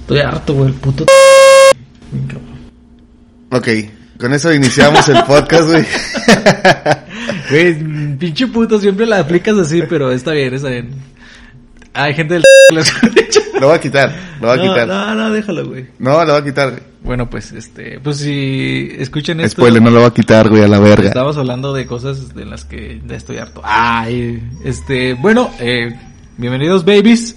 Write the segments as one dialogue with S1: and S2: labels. S1: Estoy harto, güey, el puto. Bien cabrón.
S2: Ok, con eso iniciamos el podcast, güey.
S1: Güey, pinche puto, siempre la aplicas así, pero está bien, está bien. Hay gente del que lo escucha.
S2: Lo voy a quitar, lo voy
S1: No,
S2: a quitar. No,
S1: no, no, déjalo, güey.
S2: lo voy a quitar, güey.
S1: Bueno, pues, este, pues si escuchan esto,
S2: Spoiler, no lo voy a quitar, güey, a la verga.
S1: estamos hablando de cosas de las que ya estoy harto. Ay, este, bueno, eh, bienvenidos, babies.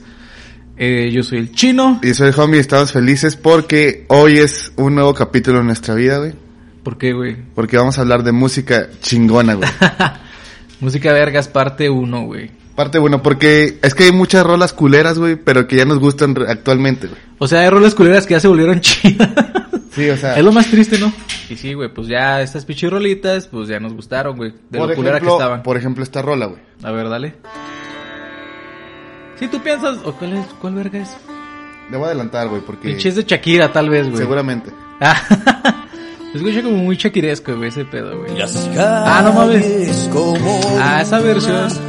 S1: Eh, yo soy el chino.
S2: Y soy el homie, estamos felices porque hoy es un nuevo capítulo en nuestra vida, güey.
S1: ¿Por qué, güey?
S2: Porque vamos a hablar de música chingona, güey.
S1: Música Vergas, parte 1, güey.
S2: Parte bueno, porque es que hay muchas rolas culeras, güey, pero que ya nos gustan re- actualmente, güey.
S1: O sea, hay rolas culeras que ya se volvieron chidas.
S2: Sí, o sea,
S1: Es lo más triste, ¿no? Y sí, güey, pues ya estas pichirrolitas, pues ya nos gustaron, güey. De lo
S2: por,
S1: culera que
S2: ejemplo,
S1: estaban.
S2: por ejemplo, esta rola, güey.
S1: A ver, dale. Si tú piensas, ¿o cuál es? ¿Cuál verga es?
S2: Debo adelantar, güey, porque
S1: Pinche es de Shakira, tal vez, güey.
S2: seguramente.
S1: Ah, se escucha como muy shakiresco, güey, ese pedo, güey.
S3: Ah, no mames.
S1: Ah, esa versión. Así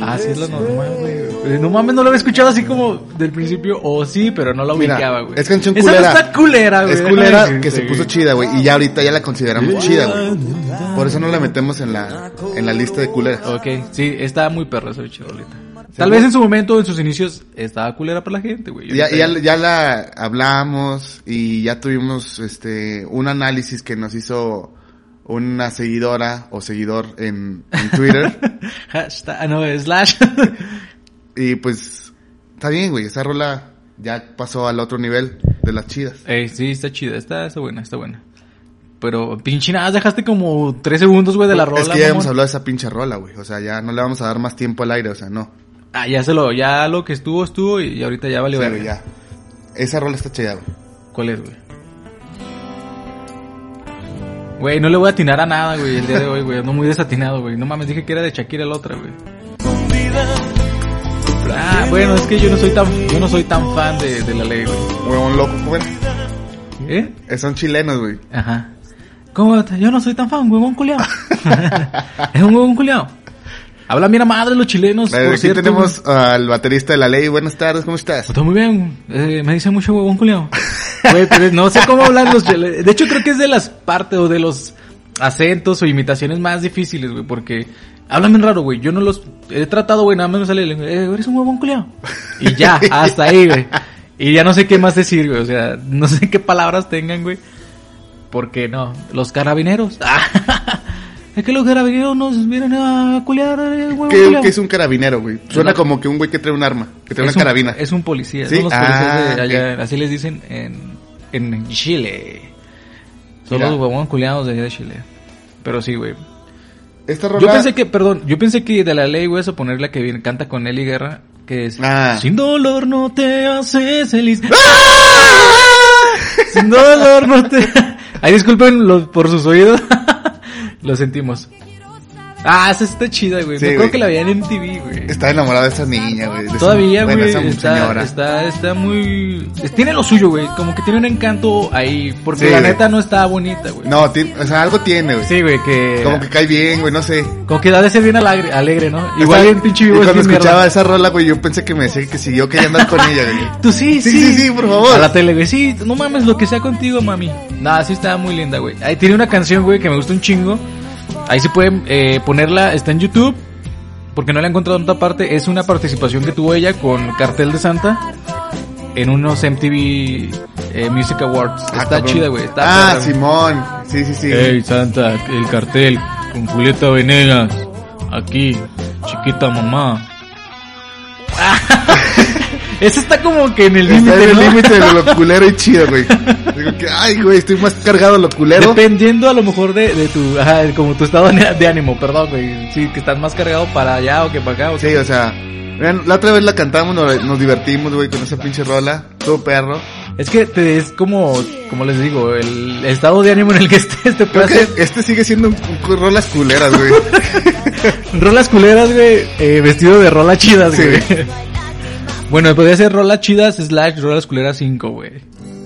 S1: Ah, es lo normal, güey. Eh, No mames, no lo había escuchado así como del principio. O sí, pero no la
S2: Mira,
S1: ubicaba, güey.
S2: es canción
S1: Esa no
S2: culera.
S1: está culera, güey.
S2: Es
S1: déjame
S2: culera
S1: decirte,
S2: que se
S1: güey.
S2: puso chida, güey, y ya ahorita ya la consideramos chida, güey. Por eso no la metemos en la en la lista de culeras.
S1: Ok, sí, estaba muy perra esa chirolita. Tal vez en su momento, en sus inicios, estaba culera para la gente, güey. Yo
S2: Ya,
S1: no sé.
S2: ya, ya la hablamos y ya tuvimos este un análisis que nos hizo una seguidora o seguidor en, en Twitter.
S1: Hashtag, ah, no, slash.
S2: y pues está bien, güey. Esa rola ya pasó al otro nivel de las chidas.
S1: Ey, sí, está chida, está, está buena, está buena. Pero, pinche nada, dejaste como tres segundos, güey, de la rola.
S2: es que ya hemos
S1: mamón.
S2: hablado de esa pinche rola, güey. O sea, ya no le vamos a dar más tiempo al aire, o sea, no.
S1: Ah, ya se lo, ya lo que estuvo, estuvo y ahorita ya valió.
S2: O sea,
S1: verga.
S2: güey, ya. Esa rola está chida, güey.
S1: ¿Cuál es, güey? Güey, no le voy a atinar a nada, güey, el día de hoy, güey. Ando muy desatinado, güey. No mames, dije que era de Shakira la otra, güey. Ah, bueno, es que yo no soy tan, yo no soy tan fan de, de la ley, güey.
S2: Huevón loco, güey.
S1: ¿Eh?
S2: Eh, Son chilenos, güey.
S1: Ajá. ¿Cómo? te- Yo no soy tan fan, huevón culiao. es un huevón culiao. Hablan bien a madre los chilenos,
S2: Pero
S1: por
S2: Aquí
S1: cierto.
S2: tenemos al baterista de la ley. Buenas tardes, ¿cómo estás?
S1: güey. Todo Pues, muy bien, eh, me dicen mucho huevón culiao. Güey, pero no sé cómo hablan los chilenos. De hecho, creo que es de las partes o de los acentos o imitaciones más difíciles, güey, porque hablan bien raro, güey. Yo no los he tratado, güey, nada más me sale el eh, eres un huevón culiao. Y ya, hasta ahí, güey. Y ya no sé qué más decir, güey. O sea, no sé qué palabras tengan, güey. Porque no, los carabineros. es que los carabineros nos vienen a culiar, eh, huevón
S2: ¿Qué,
S1: culiao.
S2: qué es un carabinero, güey? Suena
S1: Una-
S2: como que un güey que trae un arma, que trae
S1: Es
S2: una
S1: un-
S2: carabina.
S1: Es un policía.
S2: ¿Sí?
S1: Son los policías de
S2: Ah,
S1: allá, así les dicen en, en Chile. Son
S2: Mira.
S1: los huevones culiados de allá de Chile. Pero sí, güey.
S2: Esta rola.
S1: Yo pensé que, perdón, yo pensé que de la ley, güey, a poner la que viene, canta con Eli Guerra, que es...
S2: Ah.
S1: Sin dolor no te haces feliz. Sin dolor no te... Ay, disculpen los- por sus oídos. Lo sentimos. Ah, esa está chida, güey.
S2: Sí,
S1: Me
S2: güey.
S1: acuerdo que la veían en TV, güey.
S2: Está enamorada de esa niña, güey. de esa-
S1: Todavía,
S2: bueno,
S1: güey,
S2: esa
S1: está,
S2: señora.
S1: está, está muy... es- Tiene lo suyo, güey, como que tiene un encanto ahí, porque
S2: Sí,
S1: la
S2: güey.
S1: neta no está bonita, güey.
S2: No, ti- o sea, algo tiene, güey.
S1: Sí, güey, que...
S2: Como que cae bien, güey, no sé.
S1: Como que da de ser bien alegre, alegre ¿no? Igual
S2: Esa-
S1: en pinche
S2: y
S1: vivo es
S2: Cuando
S1: bien
S2: escuchaba
S1: mierda.
S2: esa rola, güey, yo pensé que me decía que si yo quería andar con ella, güey.
S1: Tú sí,
S2: Sí,
S1: sí,
S2: sí, sí, por favor.
S1: A la tele, güey, sí, no mames lo que sea contigo, mami. Nada, sí está muy linda, güey. Ahí tiene una canción, güey, que me gusta un chingo. Ahí se pueden eh, ponerla, está en YouTube. Porque no la he encontrado en otra parte. Es una participación que tuvo ella con Cartel de Santa. En unos MTV eh, Music Awards.
S2: Ah,
S1: Está
S2: cabrón.
S1: chida, güey. Está
S2: Ah,
S1: perra, güey.
S2: Simón. Sí, sí, sí.
S4: Hey Santa, el cartel con Julieta Venegas. Aquí, chiquita mamá.
S1: Esa está como que en el límite,
S2: Está en el
S1: ¿no?
S2: límite de lo culero y chido, güey. Digo que, ay, güey, estoy más cargado de lo culero.
S1: Dependiendo a lo mejor de, de tu, ajá, como tu estado de ánimo, perdón, güey. Sí, que estás más cargado para allá o que para acá. O
S2: Sí, o sea, vean, la otra vez la cantamos, nos, nos divertimos, güey, con esa pinche rola. Todo perro.
S1: Es que te, es como, como les digo, el estado de ánimo en el que estés te puede
S2: Creo
S1: hacer
S2: que este sigue siendo un, un- rolas culeras, güey.
S1: rolas culeras, güey, eh, vestido de rola chidas,
S2: Sí.
S1: güey. Bueno, podría ser rola chidas slash rolas culeras 5, güey.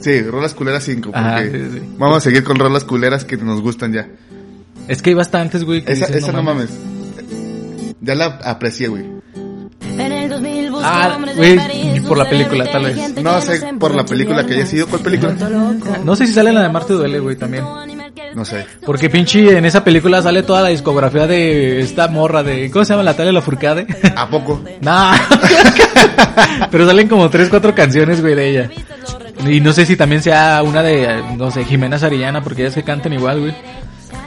S2: Sí, rolas culeras 5, porque
S1: Ajá, Ah, sí, sí.
S2: vamos a seguir con rolas culeras que nos gustan ya.
S1: Es que hay bastantes, güey, que
S2: Esa,
S1: dices,
S2: esa no mames. Ya la aprecié, güey.
S5: En el 2000
S1: Ah, güey, por la película, tal vez.
S2: No sé por la película que haya sido. ¿Cuál película?
S1: No sé si sale en la de Marte Duele, güey, también.
S2: No sé.
S1: Porque pinche en esa película sale toda la discografía de esta morra de... ¿Cómo se llama? La Talia Furcade.
S2: ¿A poco?
S1: Nah. Pero salen como tres, cuatro canciones, güey, de ella. Y no sé si también sea una de, no sé, Jimena Sarillana, porque ellas que cantan igual, güey.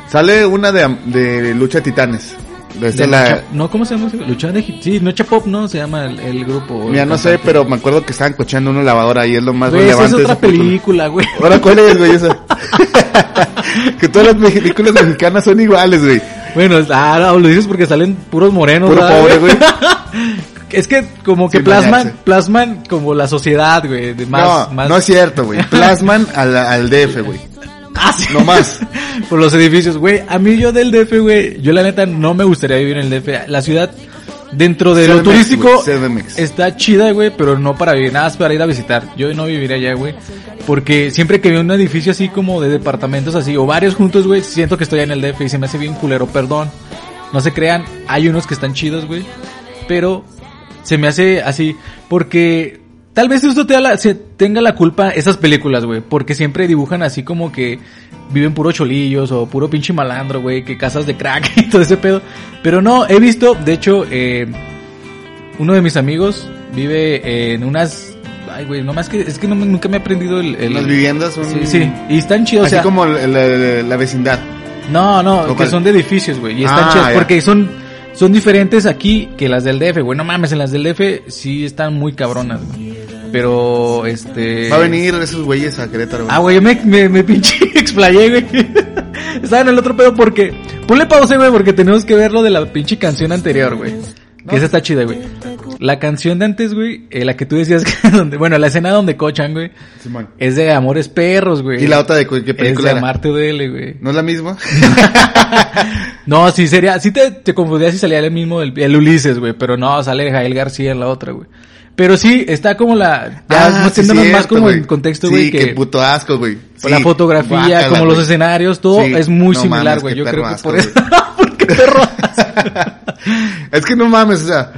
S2: Sale una de, de Lucha de Titanes. Desde
S1: De
S2: la,
S1: lucha- no, ¿cómo se llama? ese güey? Lucha de hip- Sí, Noche Pop, ¿no? Se llama el, el grupo.
S2: mira,
S1: el
S2: no sé,
S1: cantante.
S2: pero me acuerdo que estaban cochando una lavadora y es lo más
S1: Güey, esa es
S2: relevante. de
S1: otra
S2: esa película.
S1: película, güey.
S2: Ahora, ¿cuál es, güey? Esa? que todas las películas mexicanas son iguales, güey.
S1: Bueno, es- ah, no, lo dices porque salen puros morenos.
S2: Puro
S1: ¿verdad,
S2: pobre, güey.
S1: Es que como que
S2: Sin
S1: plasman,
S2: bañarse.
S1: plasman como la sociedad, güey. De más,
S2: no,
S1: más...
S2: no es cierto, güey. Plasman al, al DF, güey.
S1: Ah, sí.
S2: No más.
S1: Por los edificios, güey. A mí yo del DF, güey. Yo la neta no me gustaría vivir en el DF. La ciudad, dentro de lo
S2: CDMX,
S1: turístico,
S2: güey, CDMX.
S1: está chida, güey, pero no para vivir. Nada, es para ir a visitar. Yo no viviría allá, güey. Porque siempre que veo un edificio así como de departamentos así, o varios juntos, güey, siento que estoy en el DF y se me hace bien culero, perdón. No se crean, hay unos que están chidos, güey. Pero se me hace así, porque tal vez esto te da la- se tenga la culpa esas películas, güey, porque siempre dibujan así como que viven puro cholillos o puro pinche malandro, güey, que casas de crack y todo ese pedo. Pero no, he visto, de hecho, eh, uno de mis amigos vive en unas... Ay, güey, nomás que es que no me- nunca me he aprendido el... el-
S2: Las viviendas son...
S1: Sí, sí, y están
S2: Así
S1: chidos, o sea,
S2: como la, la- la vecindad.
S1: no, no,
S2: ¿O
S1: que
S2: cuál?
S1: son de edificios, güey. Y están
S2: Ah,
S1: chidas
S2: ya.
S1: porque son, son diferentes aquí que las del DF, güey. No mames, en las del DF sí están muy cabronas, güey. Pero, este...
S2: Va a venir esos güeyes a Querétaro, güey.
S1: Ah, güey, yo me, me, me pinche explayé, güey. Estaba en el otro pedo porque... Ponle pausa, güey, porque tenemos que ver lo de la pinche canción anterior, güey. Que esa está chida, güey. La canción de antes, güey, eh, la que tú decías que... Donde, bueno, la escena donde cochan, güey.
S2: Simón.
S1: Es de Amores Perros, güey.
S2: ¿Y la otra de cu- qué
S1: Es
S2: película
S1: de
S2: era?
S1: Amarte Duele, güey.
S2: ¿No es la misma?
S1: No, sí sería, sí te, te confundías si salía el mismo el, el Ulises, güey, pero no, sale Jael García en la otra, güey. Pero sí, está como la, ya
S2: Ah, sí,
S1: metiéndonos más
S2: cierto,
S1: como
S2: güey.
S1: en contexto,
S2: Sí,
S1: güey,
S2: qué
S1: que
S2: puto asco, güey.
S1: la
S2: Sí,
S1: fotografía,
S2: guácala,
S1: como los
S2: güey.
S1: escenarios, todo
S2: Sí,
S1: es muy
S2: no
S1: similar,
S2: mames,
S1: güey.
S2: qué
S1: Yo
S2: perro
S1: creo que
S2: asco,
S1: por eso,
S2: güey.
S1: porque perro.
S2: Es que no mames, o sea,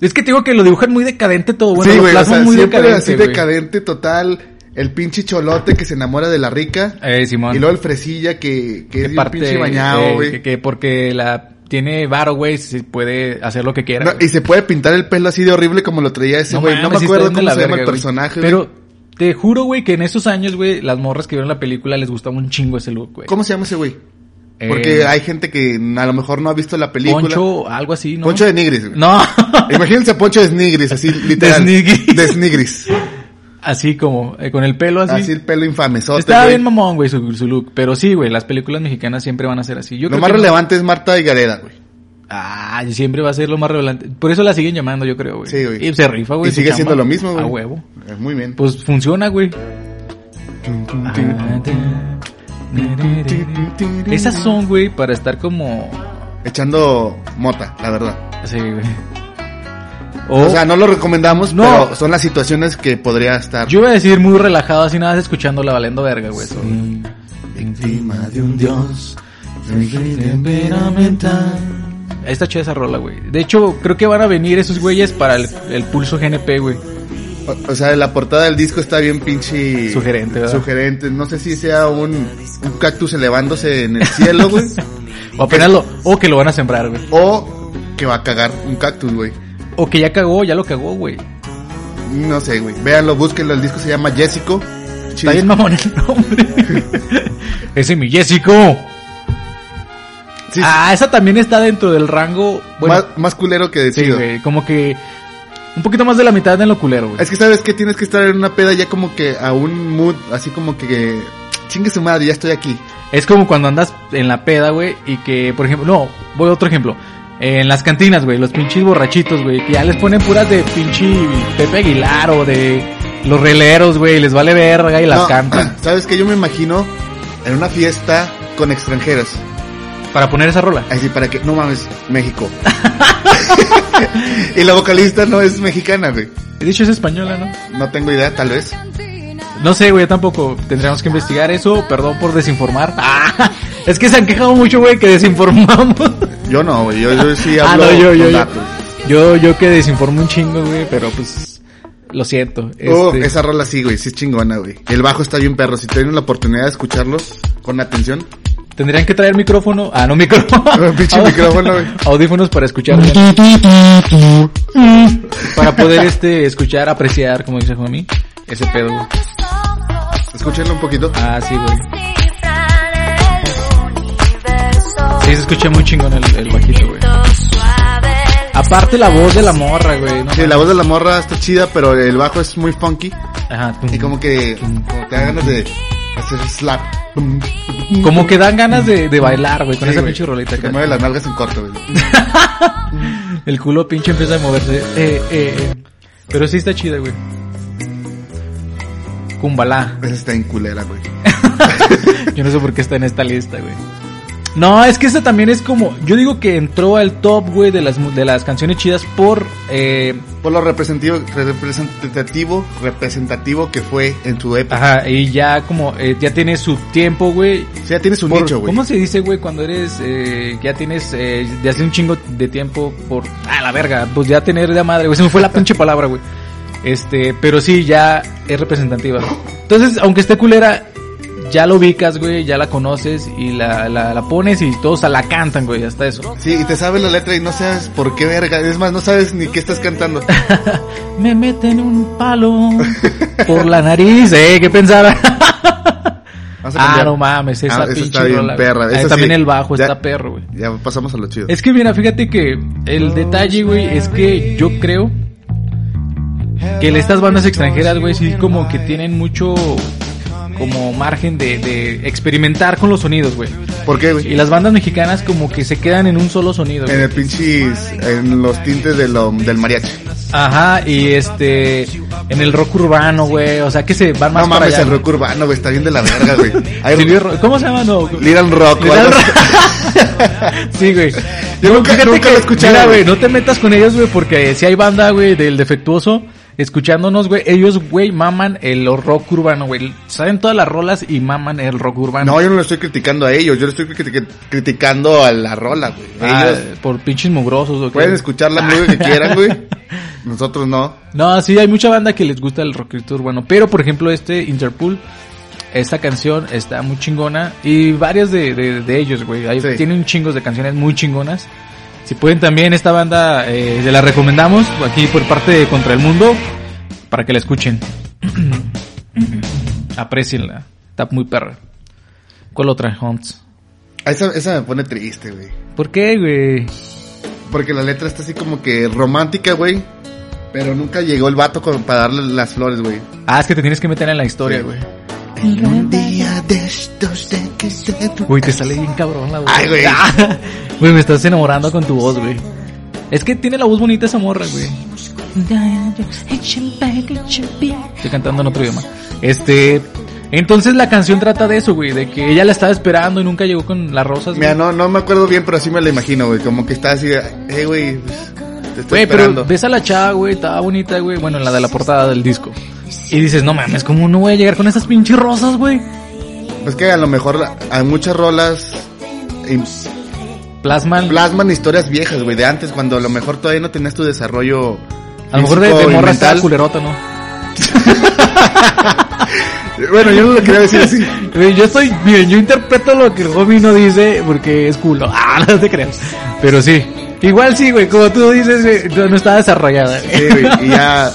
S1: es que te digo que lo dibujan muy decadente todo, bueno,
S2: sí,
S1: lo
S2: güey, o
S1: plasman
S2: sea,
S1: muy
S2: siempre
S1: decadente,
S2: así
S1: güey.
S2: decadente total, el pinche cholote que se enamora de la rica
S1: Eh, Simón.
S2: y luego el fresilla que, que
S1: que
S2: es bien
S1: parte
S2: pinche bañado,
S1: eh,
S2: güey.
S1: que, que porque la tiene varo, güey, se puede hacer lo que quiera.
S2: No,
S1: güey.
S2: y se puede pintar el pelo así de horrible como lo traía ese güey. No,
S1: mames,
S2: me
S1: sí
S2: acuerdo
S1: está bien
S2: cómo
S1: de
S2: se
S1: la
S2: llama el
S1: verga, güey.
S2: personaje. güey.
S1: Pero te juro, güey, que en esos años, güey, las morras que vieron la película les gustaba un chingo ese look, güey.
S2: ¿Cómo se llama ese güey?
S1: Eh,
S2: Porque hay gente que a lo mejor no ha visto la película.
S1: Poncho, algo así, ¿no?
S2: Poncho de Nigris. güey.
S1: No.
S2: Imagínense a Poncho de Nigris, así literal.
S1: Desnigris.
S2: Desnigris.
S1: así como, eh, con el pelo así.
S2: Así el pelo infamesote,
S1: Estaba
S2: güey.
S1: bien mamón, güey, su, su look. Pero sí, güey, las películas mexicanas siempre van a ser así. Yo
S2: Lo
S1: creo
S2: más
S1: que-
S2: relevante es Marta y Gareda, güey.
S1: Ah, y siempre va a ser lo más relevante. Por eso la siguen llamando, yo creo, güey.
S2: Sí, güey.
S1: Y se rifa, güey.
S2: Y
S1: su
S2: sigue
S1: chamba.
S2: siendo lo mismo, güey.
S1: A huevo.
S2: Eh, Muy bien.
S1: Pues funciona, güey. Esas son, güey, para estar como...
S2: Echando mota, la verdad.
S1: Sí, güey. O,
S2: O sea, no lo recomendamos,
S1: Oh. No.
S2: pero son las situaciones que podría estar.
S1: yo iba a decir muy relajado, así nada, más escuchándola valiendo verga, güey. eso.
S2: víctima
S3: de un dios temperamental.
S1: Está chida esa rola, güey. De hecho, creo que van a venir esos güeyes para el, el pulso GNP, güey.
S2: O, o sea, la portada del disco está bien pinche...
S1: Sugerente, ¿verdad?
S2: Sugerente. No sé si sea un, un cactus elevándose en el cielo, güey.
S1: O apenas lo, o que lo van a sembrar, güey.
S2: o que va a cagar un cactus, güey.
S1: O que ya cagó, ya lo cagó, güey.
S2: No sé, güey. Véanlo, búsquenlo. El disco se llama Jessico.
S1: Está bien mamón el nombre. Ese mi Jessico.
S2: Sí, sí.
S1: Ah, esa también está dentro del rango. Bueno,
S2: más, más culero que
S1: sí,
S2: decido.
S1: güey. Como que un poquito más de la mitad en lo culero, güey.
S2: Es que sabes que tienes que estar en una peda ya como que a un mood, así como que, que chingue su madre, ya estoy aquí.
S1: Es como cuando andas en la peda, güey, y que, por ejemplo, no, voy a otro ejemplo. Eh, En las cantinas, güey, los pinches borrachitos, güey, que ya les ponen puras de pinche Pepe Aguilar o de los releros, güey, les vale verga y las
S2: No,
S1: cantan.
S2: Sabes que yo me imagino en una fiesta con extranjeros.
S1: Para poner esa rola.
S2: Así para que, no mames, México. y la vocalista no es mexicana, güey.
S1: De hecho es española, ¿no?
S2: No tengo idea, tal vez.
S1: No sé, güey, yo tampoco. Tendríamos que investigar eso. Perdón por desinformar. Ah, es que se han quejado mucho, güey, que desinformamos.
S2: Yo no, güey. Yo, yo sí
S1: Ah,
S2: hablo
S1: no, yo,
S2: con
S1: yo, yo.
S2: datos.
S1: Yo, yo que desinformo un chingo, güey, pero pues lo siento.
S2: Oh,
S1: este,
S2: esa rola sí, güey, sí es chingona, güey. El bajo está bien perro. Si tienen la oportunidad de escucharlos con atención,
S1: Tendrían que traer micrófono. Ah, no micrófono.
S2: Pinche micrófono, güey.
S1: Audífonos para escuchar. para poder este escuchar, apreciar, como dice Juanmi, ese pedo. güey.
S2: escúchenlo un poquito.
S1: Ah, sí, güey. Sí, se
S5: Sí,
S1: escucha muy chingón el, el bajito, güey. Aparte la voz de la morra, güey. ¿no?
S2: Sí, la voz de la morra está chida, pero el bajo es muy funky.
S1: Ajá.
S2: Y como que como te da ganas de hacer slap.
S1: Como que dan ganas de, de bailar, güey, con
S2: Sí,
S1: esa
S2: güey.
S1: pinche rolita.
S2: Se Te
S1: acá.
S2: mueve las nalgas en corto, güey.
S1: El culo pinche empieza a moverse. Eh, eh, eh. Pero sí está chida, güey. Cumbalá.
S2: Esa está en culera, güey.
S1: Yo no sé por qué está en esta lista, güey. No, es que esta también es como. Yo digo que entró al top, güey, de las, mu- de las canciones chidas por. Eh,
S2: Por lo representativo, representativo, representativo que fue en tu época.
S1: ajá, y ya como. eh, ya tiene su tiempo, güey.
S2: O sea, tienes un
S1: Por-
S2: nicho, güey.
S1: ¿Cómo se dice, güey, cuando eres, eh, que ya tienes, eh, de hace un chingo de tiempo por, ah, la verga, pues ya tener de madre, güey, se me fue la pinche palabra, güey. Este, pero sí, ya es representativa. Entonces, aunque esté culera, ya lo ubicas, güey, ya la conoces y la, la, la pones y todos a la cantan, güey, hasta eso.
S2: Sí, y te sabes la letra y no sabes por qué verga. Es más, no sabes ni qué estás cantando.
S1: Me meten un palo por la nariz, eh, ¿qué pensaba?
S2: Vamos a
S1: ah,
S2: cambiar.
S1: no mames, esa
S2: Ah, esa
S1: pinche
S2: está bien
S1: rola, güey.
S2: perra.
S1: Ahí
S2: Esa sí.
S1: también el bajo
S2: Ya-
S1: está perro, güey.
S2: Ya pasamos a lo chido.
S1: Es que mira, fíjate que el detalle, güey, es que yo creo que estas bandas extranjeras, güey, sí como que tienen mucho como margen de, de experimentar con los sonidos, güey.
S2: ¿Por qué,
S1: Y
S2: güey?
S1: las bandas mexicanas como que se quedan en un solo sonido,
S2: En
S1: güey.
S2: el pinches, en los tintes de lo- del mariachi.
S1: Ajá, y este, en el rock urbano, güey, o sea que se van más
S2: No
S1: para
S2: mames,
S1: allá.
S2: el rock urbano, güey, está bien de la verga, güey. Hay
S1: Sí,
S2: un-
S1: ro- ¿Cómo se llama? No,
S2: Little Rock,
S1: Little
S2: güey.
S1: Rock. sí, güey.
S2: Yo nunca,
S1: Fíjate
S2: nunca
S1: que-
S2: lo he escuchado,
S1: mira,
S2: güey.
S1: güey, no te metas con ellos, güey, porque si hay banda, güey, del defectuoso escuchándonos, güey, ellos, güey, maman el rock urbano, güey. Saben todas las rolas y maman el rock urbano.
S2: No, yo no lo estoy criticando a ellos, yo le estoy critic- criticando a la rola, güey.
S1: Ah,
S2: Ellos
S1: por pinches mugrosos, ¿o qué?
S2: pueden escuchar la música que quieran, güey. Nosotros no.
S1: No, sí, hay mucha banda que les gusta el rockito urbano. Pero, por ejemplo, este Interpool, esta canción está muy chingona. Y varias de, de, de ellos, güey. Ahí
S2: Sí.
S1: Tienen chingos de canciones muy chingonas. Si pueden también, esta banda eh, se la recomendamos aquí por parte de Contra el Mundo para que la escuchen. Aprecienla. Está muy perra. ¿Cuál otra, Holmes?
S2: A Esa, esa me pone triste, güey.
S1: ¿Por qué, güey?
S2: Porque la letra está así como que romántica, güey. Pero nunca llegó el vato con- para darle las flores, güey.
S1: Ah, es que te tienes que meter en la historia,
S2: Sí.
S1: güey.
S3: En un día de estos de que se
S1: Güey, te sale bien cabrón la voz.
S2: Ay, güey.
S1: Ah, Güey, me estás enamorando con tu voz, güey. Es que tiene la voz bonita esa morra, güey. Estoy cantando en otro idioma. Este. Entonces la canción trata de eso, güey. De que ella la estaba esperando y nunca llegó con las rosas.
S2: Mira,
S1: Güey,
S2: no, no me acuerdo bien, pero así me la imagino, güey. Como que está así, de, eh, güey, pues, te estoy
S1: Güey, pero
S2: esperando.
S1: ves a la chava, güey. Estaba bonita, güey. Bueno, la de la portada del disco. Y dices, no mames, ¿cómo no voy a llegar con esas pinches rosas, güey?
S2: Pues que a lo mejor hay muchas rolas im-
S1: Plasman.
S2: plasman historias viejas, güey, de antes, cuando a lo mejor todavía no tenías tu desarrollo.
S1: a lo mejor de,
S2: físico
S1: de
S2: y
S1: morra estaba
S2: mental.
S1: culerota, ¿no?
S2: Bueno, yo no lo quería decir así.
S1: Güey, Yo estoy, miren, yo interpreto lo que Romy no dice porque es culo. Ah, no te creas. Pero sí. Igual sí, güey, como tú dices, güey, no, no está desarrollada. güey.
S2: Sí, eh, güey, y ya.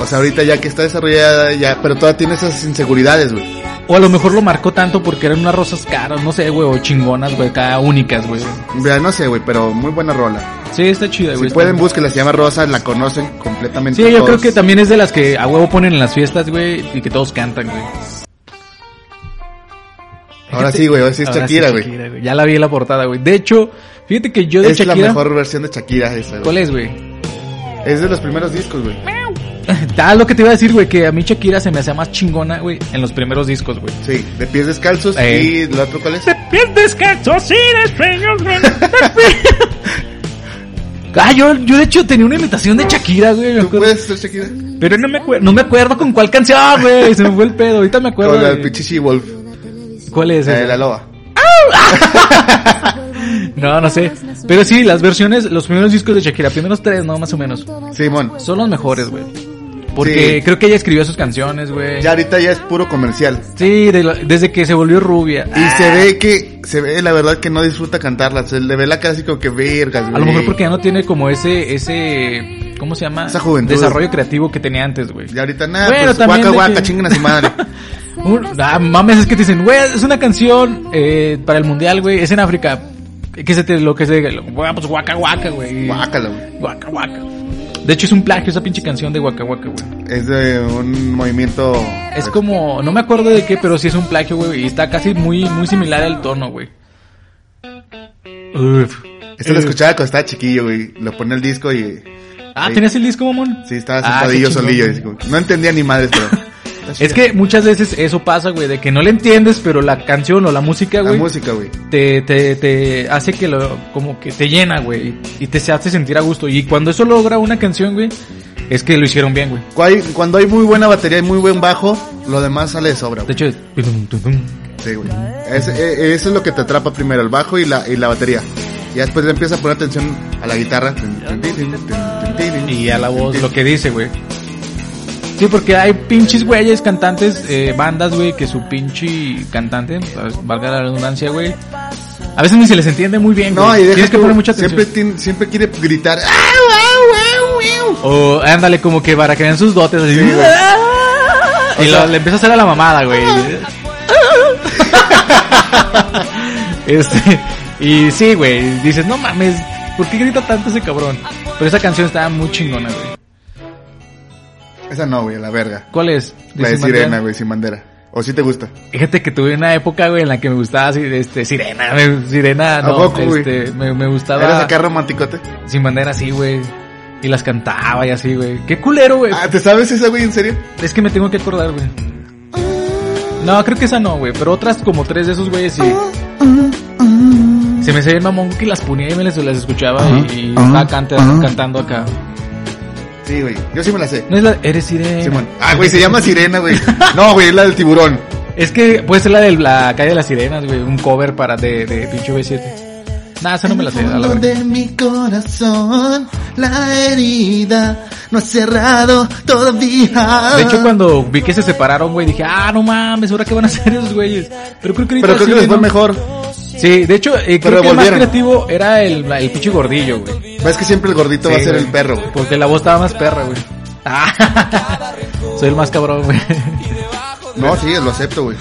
S2: O sea, ahorita ya que está desarrollada, ya. Pero todavía tiene esas inseguridades, güey.
S1: O a lo mejor lo marcó tanto porque eran unas rosas caras, no sé, güey, o chingonas, güey, acá únicas, güey.
S2: Mira, no sé, güey, pero muy buena rola.
S1: Sí, está chida, güey.
S2: Si
S1: está-
S2: pueden, búsquenla, se llama Rosa, la conocen completamente.
S1: Sí, yo
S2: todos.
S1: creo que también es de las que a huevo ponen en las fiestas, güey, y que todos cantan, güey.
S2: Ahora sí, güey, ahora sí es
S1: Ahora
S2: Shakira, güey.
S1: Ya la vi en la portada, güey. De hecho, fíjate que yo de
S2: Es
S1: Shakira...
S2: la mejor versión de Shakira esa, güey.
S1: ¿Cuál es, güey?
S2: Es de los primeros discos, güey.
S1: Ah, lo que te iba a decir, güey, que a mí Shakira se me hacía más chingona, güey, en los primeros discos, güey.
S2: Sí, de pies descalzos.
S1: Eh.
S2: ¿Y el otro cuál es?
S1: Pierdes Ah, yo, yo de hecho tenía una imitación de Shakira, güey, me
S2: ¿Tú
S1: acuerdo.
S2: puedes ser Shakira?
S1: Pero no me acuerdo, no me acuerdo con cuál canción, ah, güey, se me fue el pedo, ahorita me acuerdo.
S2: Con la eh,
S1: güey.
S2: Pichichi Wolf,
S1: ¿Cuál es?
S2: la de
S1: esa?
S2: la loba.
S1: No, no sé. Pero sí, las versiones, los primeros discos de Shakira, primeros tres, no, más o menos.
S2: Simón.
S1: Son los mejores, güey. Porque
S2: Sí.
S1: creo que ella escribió sus canciones, güey.
S2: Ya ahorita ya es puro comercial.
S1: Sí, de la- desde que se volvió rubia.
S2: Y se ve que, se ve la verdad que no disfruta cantarla. Se le ve la cara así como que vergas,
S1: A lo
S2: güey.
S1: mejor porque ya no tiene como ese, ese, ¿cómo se llama?
S2: Ah, Esa juventud.
S1: Desarrollo creativo que tenía antes, güey.
S2: Y ahorita nada,
S1: Bueno,
S2: pues
S1: también
S2: guaca
S1: de
S2: guaca,
S1: que-
S2: chingan a su madre.
S1: Un- ah, mames, es que te dicen, güey, es una canción eh, para el mundial, güey, es en África. Que se te, lo que se diga, lo- ah, pues guaca guaca, güey.
S2: Guácala, güey.
S1: Guaca guaca. De hecho es un plagio esa pinche canción de guaca guaca, güey.
S2: Es de un movimiento.
S1: Es como, no me acuerdo de qué, pero sí es un plagio, güey, y está casi muy, muy similar al tono, güey. Uf.
S2: Esto lo escuchaba cuando estaba chiquillo, güey. Lo ponía el disco y.
S1: Ah,
S2: ahí-
S1: ¿tenías el disco, mamón?
S2: Sí, estaba
S1: Ah,
S2: sentadillo
S1: qué chingón,
S2: solillo.
S1: güey.
S2: así como- No entendía ni madres, pero.
S1: Es que muchas veces eso pasa, güey, de que no le entiendes, pero la canción o la música,
S2: La
S1: güey,
S2: música, güey.
S1: te, te, te hace que lo, como que te llena, güey, y te se hace sentir a gusto. Y cuando eso logra una canción, güey, es que lo hicieron bien, güey.
S2: Cuando hay- Cuando hay muy buena batería y muy buen bajo, lo demás sale de sobra,
S1: De
S2: güey.
S1: hecho, es-
S2: Sí, güey. Es- eh, eso es lo que te atrapa primero, el bajo y la, y la batería. Y después le empiezas a poner atención a la guitarra.
S1: y a la voz, lo que dice, güey. Sí, porque hay pinches güeyes, cantantes, eh, bandas, güey, que su pinche cantante, pues, valga la redundancia, güey, a veces ni se les entiende muy bien,
S2: No,
S1: güey.
S2: y deja
S1: Tienes que
S2: tú,
S1: poner mucha atención.
S2: Siempre, tien- siempre quiere gritar. ¡Ah!
S1: O ándale, como que para que vean sus dotes así.
S2: güey.
S1: y lo- le empieza a hacer a la mamada, güey. este, y sí, güey. Dices, no mames, ¿por qué grita tanto ese cabrón? Pero esa canción estaba muy chingona, güey.
S2: Esa no, güey, la verga.
S1: ¿Cuál es?
S2: La de
S1: Dice Mariana.
S2: Pues, sirena, güey, sin bandera. ¿O si te gusta?
S1: Fíjate que tuve una época, güey, en la que me gustaba así, este, Sirena, me- Sirena, no,
S2: poco, güey?
S1: este, me, me gustaba
S2: ¿Eres acá romanticote?
S1: sin bandera así, güey. Y las cantaba y así, güey. Qué culero, güey.
S2: Ah, ¿te sabes esa, güey, en serio?
S1: Es que me tengo que acordar, güey. No, creo que esa no, güey. Pero otras como tres de esos güeyes sí. Se me hacía el mamón que las ponía y me las, las escuchaba y, y
S2: Ajá,
S1: estaba canta-
S2: ajá.
S1: cantando acá.
S2: Sí, güey. Yo sí me la sé.
S1: No es la. Eres sirena.
S2: Simón. Ah, güey, se llama sirena, güey. No, güey, es la del tiburón.
S1: Es que puede ser la de la calle de las sirenas, güey. Un cover para de, de pinche B7. Nah, esa no me la sé. a la
S3: fondo
S1: verga.
S3: de mi corazón, la herida no ha cerrado todavía.
S1: De
S2: Ah.
S1: hecho, cuando vi que se separaron, güey, dije, ah, no mames, ahora qué van a hacer esos güeyes. Pero creo que ahorita
S2: Pero creo que
S1: sí,
S2: les fue
S1: ¿no?
S2: mejor.
S1: Sí, de hecho, eh,
S2: Pero
S1: creo que el más
S2: volvieron.
S1: creativo era el, el pinche gordillo, güey.
S2: Ves que siempre el gordito Este va a
S1: Sí,
S2: ser
S1: güey.
S2: el perro. güey.
S1: Porque la voz estaba más perra, güey. Ah, soy el más cabrón, güey.
S2: No, sí, lo acepto, güey.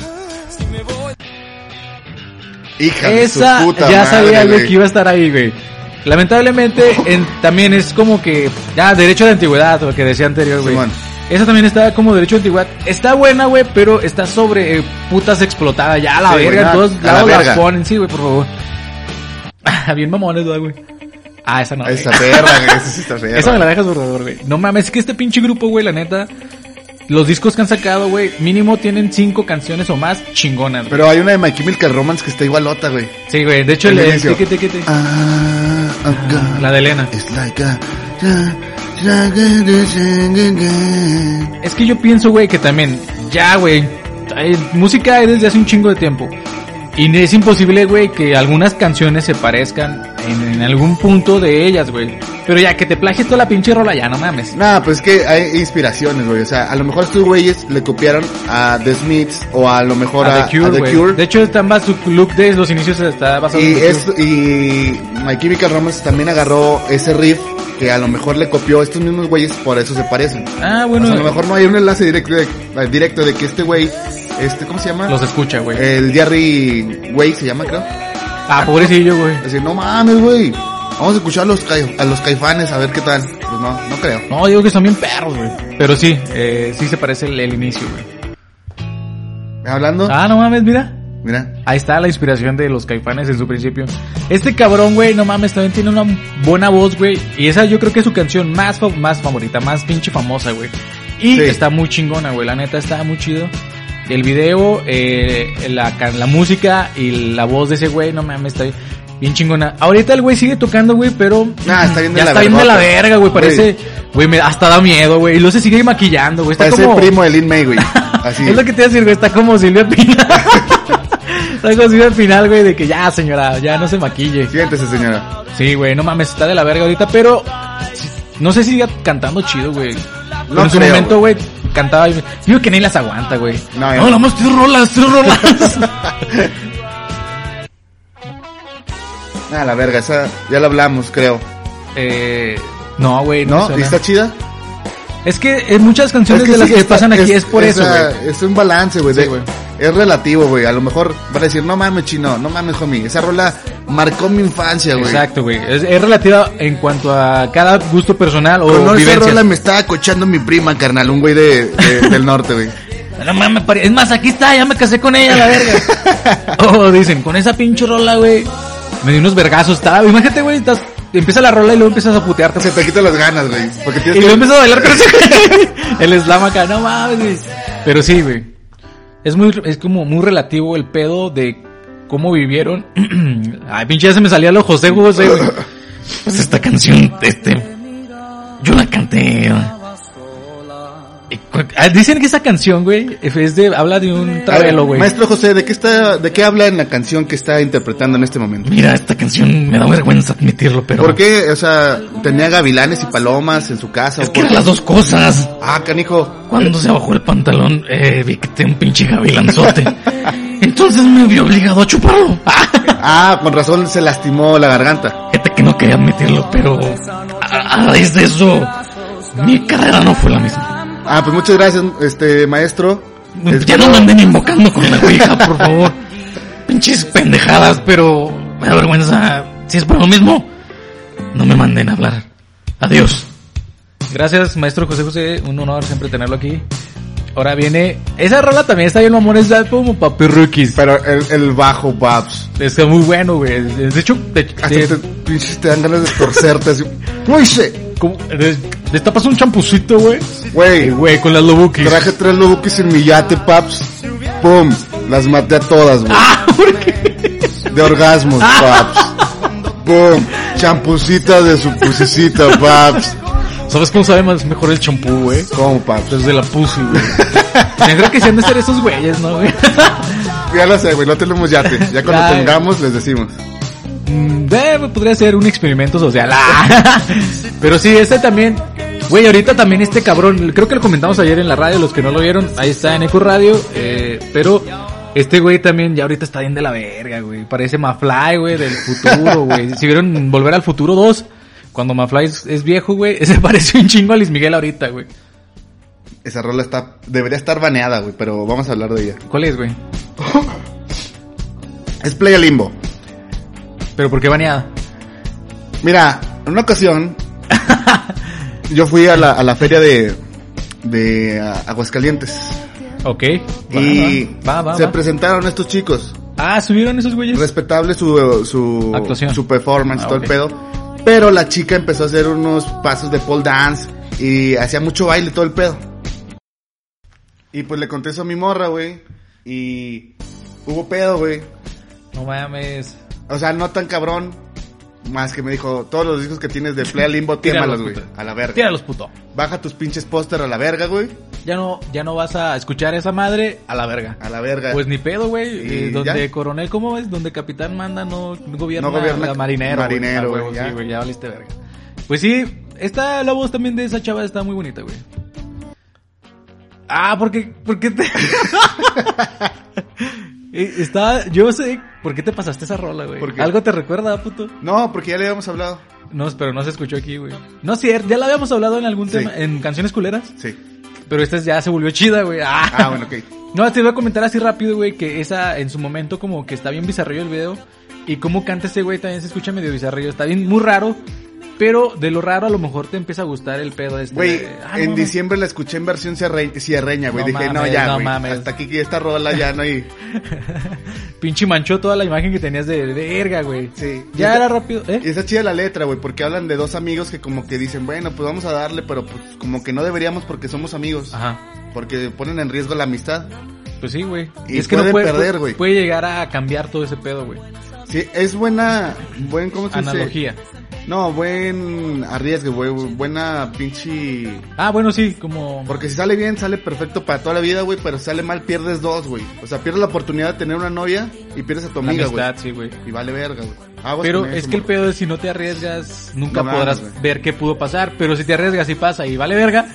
S2: Hija de su
S1: Esa
S2: puta
S1: ya
S2: madre,
S1: sabía, güey,
S2: güey.
S1: que iba a estar ahí, güey. Lamentablemente, en- también es como que. Ya, derecho de antigüedad, lo que decía anterior, güey.
S2: Simón.
S1: Esa también está como derecho de antigüedad. Está buena, güey, pero está sobre eh, putas explotada. Ya, a la
S2: Sí, güey,
S1: verga, en
S2: ya,
S1: todos
S2: a la
S1: lados las
S2: verga.
S1: ponen, sí, güey, por favor. Bien mamones, ¿verdad, güey. Ah, esa no. güey.
S2: Esa perra, güey. Esa sí está perra.
S1: Esa me la dejas borrador, güey. No mames, es que este pinche grupo, güey, la neta. Los discos que han sacado, güey, mínimo tienen cinco canciones o más chingonas, güey.
S2: Pero hay una de My Chemical Romance que está igualota, güey.
S1: Sí, güey, de hecho,
S2: El
S1: el, el
S2: inicio.
S1: tiqui, tiqui, tiqui.
S3: Ah, oh God,
S1: la de Elena.
S3: it's like a dragon is again.
S1: Es que yo pienso, güey, que también, ya, güey, hay- música hay desde hace un chingo de tiempo. Y es imposible, güey, que algunas canciones se parezcan en, en algún punto de ellas, güey. Pero ya, que te plagies toda la pinche rola, ya, no mames.
S2: Nah, pues es que hay inspiraciones, güey. O sea, a lo mejor estos güeyes le copiaron a The Smiths o a lo mejor a,
S1: A The Cure,
S2: a The
S1: güey.
S2: Cure.
S1: De hecho, están bas- su look de los inicios está basado en
S2: y,
S1: The Cure.
S2: es, y My Chemical Romance también agarró ese riff que a lo mejor le copió a estos mismos güeyes, por eso se parecen.
S1: Ah,
S2: O
S1: bueno.
S2: sea, a lo mejor no hay un enlace directo de, eh, directo de que este güey, este, ¿cómo se llama?
S1: Los escucha, güey.
S2: El Jerry Way se llama, creo.
S1: Ah, pobrecillo, güey.
S2: Decir, no mames, güey. Vamos a escuchar a los, cai- a los caifanes a ver qué tal. Pues no, no creo.
S1: No, digo que son bien perros, güey. Pero sí, eh, sí se parece el, el inicio, güey.
S2: Hablando,
S1: Ah, no mames, mira.
S2: mira.
S1: Ahí está la inspiración de los caifanes en su principio. Este cabrón, güey, no mames, también tiene una buena voz, güey. Y esa yo creo que es su canción más, fa- más favorita, más pinche famosa, güey. Y
S2: Sí.
S1: está muy chingona, güey. La neta está muy chido. El video, eh, la, can- la música y la voz de ese güey, no mames, está bien chingona. Ahorita el güey sigue tocando, güey, pero...
S2: Nah, está bien de
S1: ya
S2: la
S1: está bien de la
S2: vergota.
S1: verga, güey.
S2: Güey.
S1: Parece... Güey, me- hasta da miedo, güey. Y luego se sigue maquillando, güey. Está
S2: Parece
S1: como...
S2: primo de Lin May, güey. Así.
S1: Es lo que te iba a decir, güey, está como Silvia Pinal. Algo así al final, güey, de que ya, señora, ya no se maquille.
S2: Siéntese, señora.
S1: Sí, güey, no mames, está de la verga ahorita, pero sí, no sé si siga cantando chido, güey.
S2: No
S1: Pero en su
S2: creo,
S1: momento, güey, cantaba y digo que ni las aguanta, güey.
S2: No, eh.
S1: No,
S2: ya
S1: no,
S2: no.
S1: más tres rolas, tres rolas.
S2: Ah, la verga, esa ya la hablamos, creo.
S1: eh, no, güey, no.
S2: ¿No?
S1: suena.
S2: ¿Y está chida?
S1: Es que eh, muchas canciones de las
S2: sí
S1: que
S2: está-
S1: pasan aquí es, por eso,
S2: esa-
S1: güey.
S2: Es un balance, güey.
S1: Sí,
S2: de-
S1: güey.
S2: es relativo, güey. A lo mejor van a decir, no mames, chino, no mames, homie. Esa rola marcó mi infancia, güey.
S1: Exacto, güey. Es, es relativa en cuanto a cada gusto personal o
S2: Pero no, esa
S1: vivencias.
S2: rola me estaba cochando mi prima, carnal. Un güey de, de- del norte, güey.
S1: No mames, pare- es más, aquí está, ya me casé con ella, la verga. oh, dicen, con esa pinche rola, güey. Me dio unos vergazos, estaba. Imagínate, güey, estás- empieza la rola y luego empiezas a putearte.
S2: Se te quitan las ganas, güey. Porque
S1: Y
S2: tienes
S1: luego
S2: que...
S1: empiezas a bailar con ese güey. El slam acá, no mames, güey. Pero sí, güey. Es muy, es como muy relativo el pedo de cómo vivieron. Ay, pinche, ya se me salía lo José José, güey.
S5: Pues esta canción, este, yo la canté.
S1: Y cu- ah, Dicen que esa canción, güey, es de, habla de un
S2: A ver,
S1: trabelo, güey.
S2: Maestro José, ¿de qué, está, ¿de qué habla en la canción que está interpretando en este momento?
S5: Mira, esta canción me da vergüenza admitirlo, pero
S2: ¿Por qué? O sea, ¿tenía gavilanes y palomas en su casa?
S5: es
S2: ¿O
S5: que
S2: por
S5: eran las dos cosas.
S2: Ah, canijo.
S5: Cuando se bajó el pantalón, eh, vi que tenía un pinche gavilanzote. Entonces me vi obligado a chuparlo. Ah,
S2: Ah, con razón se lastimó la garganta.
S5: fíjate que no quería admitirlo, pero a, a raíz de eso, mi carrera no fue la misma.
S2: Ah, pues muchas gracias, este maestro. Este,
S5: Ya no me anden invocando con la ouija, por favor. Pinches pendejadas, pero me da vergüenza. Si es por lo mismo, no me manden a hablar. Adiós.
S1: Gracias, maestro José José. Un honor siempre tenerlo aquí. Ahora viene. Esa rola también está bien, mamón. Es como papi rookies.
S2: Pero el, el bajo, Babs.
S1: Está muy bueno, güey. De hecho, de,
S2: Hasta
S1: de-
S2: te, pinches, te dan ganas de torcerte así. Uy, sí.
S1: como- de- destapas un champucito, güey. Eh,
S2: Güey,
S1: Güey, con las lobuquis.
S2: traje tres lobukis en mi yate, Paps. Pum, las maté a todas, güey.
S1: Ah,
S2: De orgasmos, Paps. Pum, champucita de su pusicita, Paps.
S1: ¿Sabes cómo sabe más mejor el champú, güey?
S2: ¿Cómo, Paps?
S1: Desde la pussy, güey. Me creo que se han de ser esos güeyes, ¿no, güey?
S2: Ya lo sé, güey, no tenemos yate. Ya cuando
S1: Ya, güey.
S2: tengamos, les decimos.
S1: Mm, eh, podría ser un experimento social. Ah. Pero sí, este también. Güey, ahorita también este cabrón, creo que lo comentamos ayer en la radio, los que no lo vieron, ahí está en Eco Radio, eh, pero este güey también ya ahorita está bien de la verga, güey. Parece Mafly, güey, del futuro, güey. Si vieron Volver al Futuro 2, cuando Mafly es, es viejo, güey, se parece un chingo a Luis Miguel ahorita, güey.
S2: Esa rola está, debería estar baneada, güey, pero vamos a hablar de ella.
S1: ¿Cuál es, güey?
S2: Es Playa Limbo.
S1: ¿Pero por qué baneada?
S2: Mira, en una ocasión, yo fui a la, a la feria de, de ah, Aguascalientes.
S1: Ok. Va,
S2: y
S1: va, va,
S2: se
S1: va.
S2: presentaron estos chicos.
S1: Ah, ¿subieron esos güeyes?
S2: Respetable su, su,
S1: Actuación.
S2: su performance,
S1: Ah,
S2: todo
S1: ok.
S2: el pedo. Pero la chica empezó a hacer unos pasos de pole dance y hacía mucho baile, todo el pedo. Y pues le contesto a mi morra, güey. Y hubo pedo, güey.
S1: No mames.
S2: O sea, no tan cabrón. Más que me dijo, todos los discos que tienes de Play Limbo,
S1: Tíralos,
S2: tíralos, güey.
S1: puta.
S2: A la verga.
S1: Tíralos, puto.
S2: Baja tus pinches póster a la verga, güey.
S1: Ya no, ya no vas a escuchar a esa madre a la verga.
S2: A la verga.
S1: Pues ni pedo, güey.
S2: Y
S1: Eh, donde
S2: ya.
S1: coronel, ¿cómo es? Donde capitán manda, no, no gobierna,
S2: No gobierna
S1: la marinero. güey.
S2: marinero,
S1: Ah,
S2: güey,
S1: huevo,
S2: ya.
S1: Sí, güey, ya valiste verga. Pues sí, esta, la voz también de esa chava está muy bonita, güey. Ah, porque, porque te... Eh, está, yo sé, ¿por qué te pasaste esa rola, güey?
S2: ¿Por qué?
S1: Algo te recuerda, puto.
S2: No, porque ya le habíamos hablado.
S1: No, pero no se escuchó aquí, güey. No, sí, ya la habíamos hablado en algún
S2: Sí.
S1: tema, en canciones culeras.
S2: Sí.
S1: Pero esta ya se volvió chida, güey. Ah,
S2: Ah, bueno, ok.
S1: No, te voy a comentar así rápido, güey, que esa en su momento como que está bien bizarrillo el video. Y como canta ese güey también se escucha medio bizarrillo. Está bien, muy raro. Pero de lo raro a lo mejor te empieza a gustar el pedo este.
S2: Güey,
S1: de- Ah,
S2: en
S1: no,
S2: diciembre la escuché en versión cierre- cierreña, güey.
S1: No
S2: Dije, no,
S1: mames,
S2: ya,
S1: no
S2: güey.
S1: mames.
S2: Hasta aquí que esta rola ya no hay.
S1: no. Pinche manchó toda la imagen que tenías de de verga, güey.
S2: Sí.
S1: Ya
S2: Esa-
S1: era rápido,
S2: Y
S1: ¿eh?
S2: está chida la letra, güey, porque hablan de dos amigos que como que dicen, bueno, pues vamos a darle, pero pues como que no deberíamos porque somos amigos.
S1: Ajá.
S2: Porque ponen en riesgo la amistad.
S1: Pues sí, güey.
S2: Y pueden perder, güey.
S1: Puede llegar a cambiar todo ese pedo, güey.
S2: Sí, es buena, buen, ¿cómo se dice?
S1: Analogía.
S2: No, buen arriesgue, güey. Buena pinche.
S1: Ah, bueno, sí, como...
S2: Porque si sale bien, sale perfecto para toda la vida, güey. Pero si sale mal, pierdes dos, güey. O sea, pierdes la oportunidad de tener una novia y pierdes a tu
S1: La
S2: amiga, güey.
S1: amistad, sí, güey.
S2: Y vale verga, güey. Ah, Aguas
S1: Pero
S2: con eso,
S1: es que el
S2: morro.
S1: pedo es si no te arriesgas, nunca
S2: No
S1: podrás
S2: mames, güey.
S1: ver qué pudo pasar. Pero si te arriesgas y pasa y vale verga,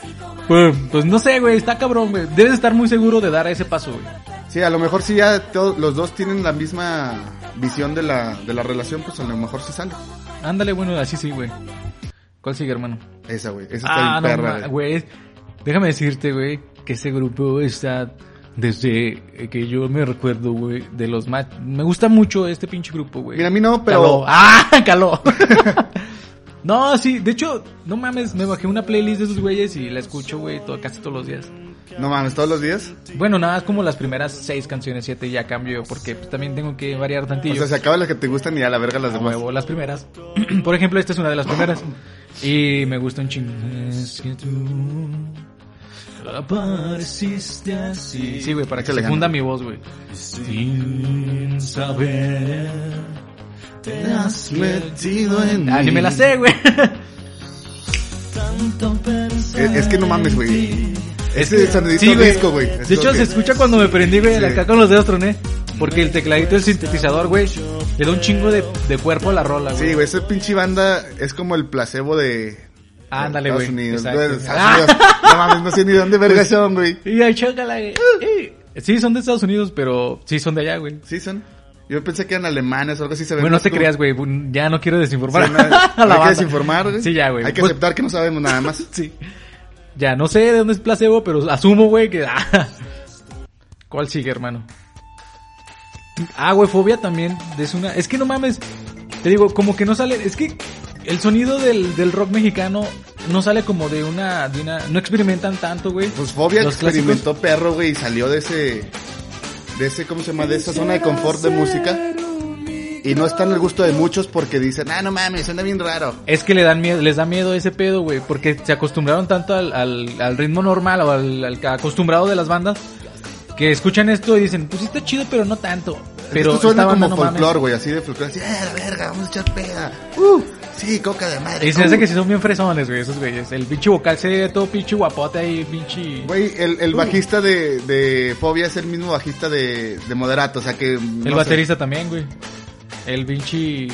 S1: pues, pues no sé, güey, está cabrón, güey. Debes estar muy seguro de dar ese paso, güey.
S2: Sí, a lo mejor si ya to- los dos tienen la misma visión de la, de la relación, pues a lo mejor sí sale.
S1: Ándale, bueno, así sí, güey. ¿Cuál sigue, hermano?
S2: Esa, güey. Esa está
S1: Ah,
S2: bien
S1: no,
S2: perra,
S1: ma-
S2: güey.
S1: güey. Déjame decirte, güey, que este grupo está desde eh, que yo me recuerdo, güey, de los más... Me gusta mucho este pinche grupo, güey.
S2: Mira, a mí no,
S1: Caló.
S2: pero.
S1: ¡Ah! Caló. no, sí. De hecho, no mames, me bajé una playlist de esos güeyes y la escucho, güey, todo, casi todos los días.
S2: No mames, todos los días.
S1: Bueno, nada, es como las primeras seis canciones, siete ya cambio, porque pues, también tengo que variar
S2: O
S1: tantillo.
S2: sea, se acaban las que te gustan y a la verga las
S1: A
S2: demás.
S1: huevo, las primeras. Por ejemplo, esta es una de las primeras. Y me gusta un chingo. Es que tú apareciste así. Sí, güey, para que
S2: Échale
S1: se funda
S2: ganas.
S1: mi voz, güey.
S4: Sin saber.
S3: Te has metido en
S1: Ah, ni me la sé, güey.
S2: Es, es que no mames, güey. Ese sonidito
S1: Sí, güey.
S2: Este disco, güey. Es
S1: De hecho,
S2: lo
S1: se
S2: que-
S1: escucha cuando me prendí, güey,
S2: Sí.
S1: acá con los dedos troné. Porque el tecladito del sintetizador, güey, le da un chingo de, de cuerpo a la rola, güey.
S2: Sí, güey, esa pinche banda es como el placebo de.
S1: Ándale,
S2: de
S1: güey.
S2: Estados Unidos.
S1: Exacto. Ah. Pues-
S2: De Estados Unidos. No mames, no sé ni dónde verga son, güey.
S1: Y ahí chócala, güey. Sí, son de Estados Unidos, pero sí son de allá, güey.
S2: Sí, son. Yo pensé que eran alemanes o algo así. Se ven
S1: Bueno, no
S2: más
S1: te
S2: como-
S1: creas, güey. bu- Ya no quiero desinformar.
S2: Sí, no,
S1: a la
S2: hay que
S1: banda.
S2: desinformar, güey.
S1: Sí, ya, güey.
S2: Hay que
S1: Pues,
S2: aceptar que no sabemos nada más.
S1: sí. Ya, no sé de dónde es placebo, pero asumo, güey, que. ah. ¿Cuál sigue, hermano? Ah, güey, fobia también. Es una. Es que no mames. Te digo, como que no sale. Es que el sonido del, del rock mexicano no sale como de una. De una no experimentan tanto, güey.
S2: Pues Fobia
S1: Los clásicos.
S2: experimentó perro, güey, y salió de ese. De ese, ¿cómo se llama? De esa zona de confort de música. Y no está en el gusto de muchos porque dicen, ah, no mames, suena bien raro.
S1: Es que le dan miedo, les da miedo ese pedo, güey, porque se acostumbraron tanto al, al, al ritmo normal o al, al acostumbrado de las bandas que escuchan esto y dicen, pues sí está chido, pero no tanto. Pero
S2: Esto suena
S1: esta banda
S2: como
S1: no mames.
S2: folclore, güey, así de folclore. Así, ah, la verga, vamos a echar peda. Uh, sí, coca de madre.
S1: Y se hace
S2: uh.
S1: que sí son bien fresones, güey, esos güeyes. El pinche vocal se ve todo pinche guapote ahí, pinche...
S2: Güey, el, el bajista de, de Fobia es el mismo bajista de, de Moderato, o sea que.
S1: el baterista también, güey. El pinche...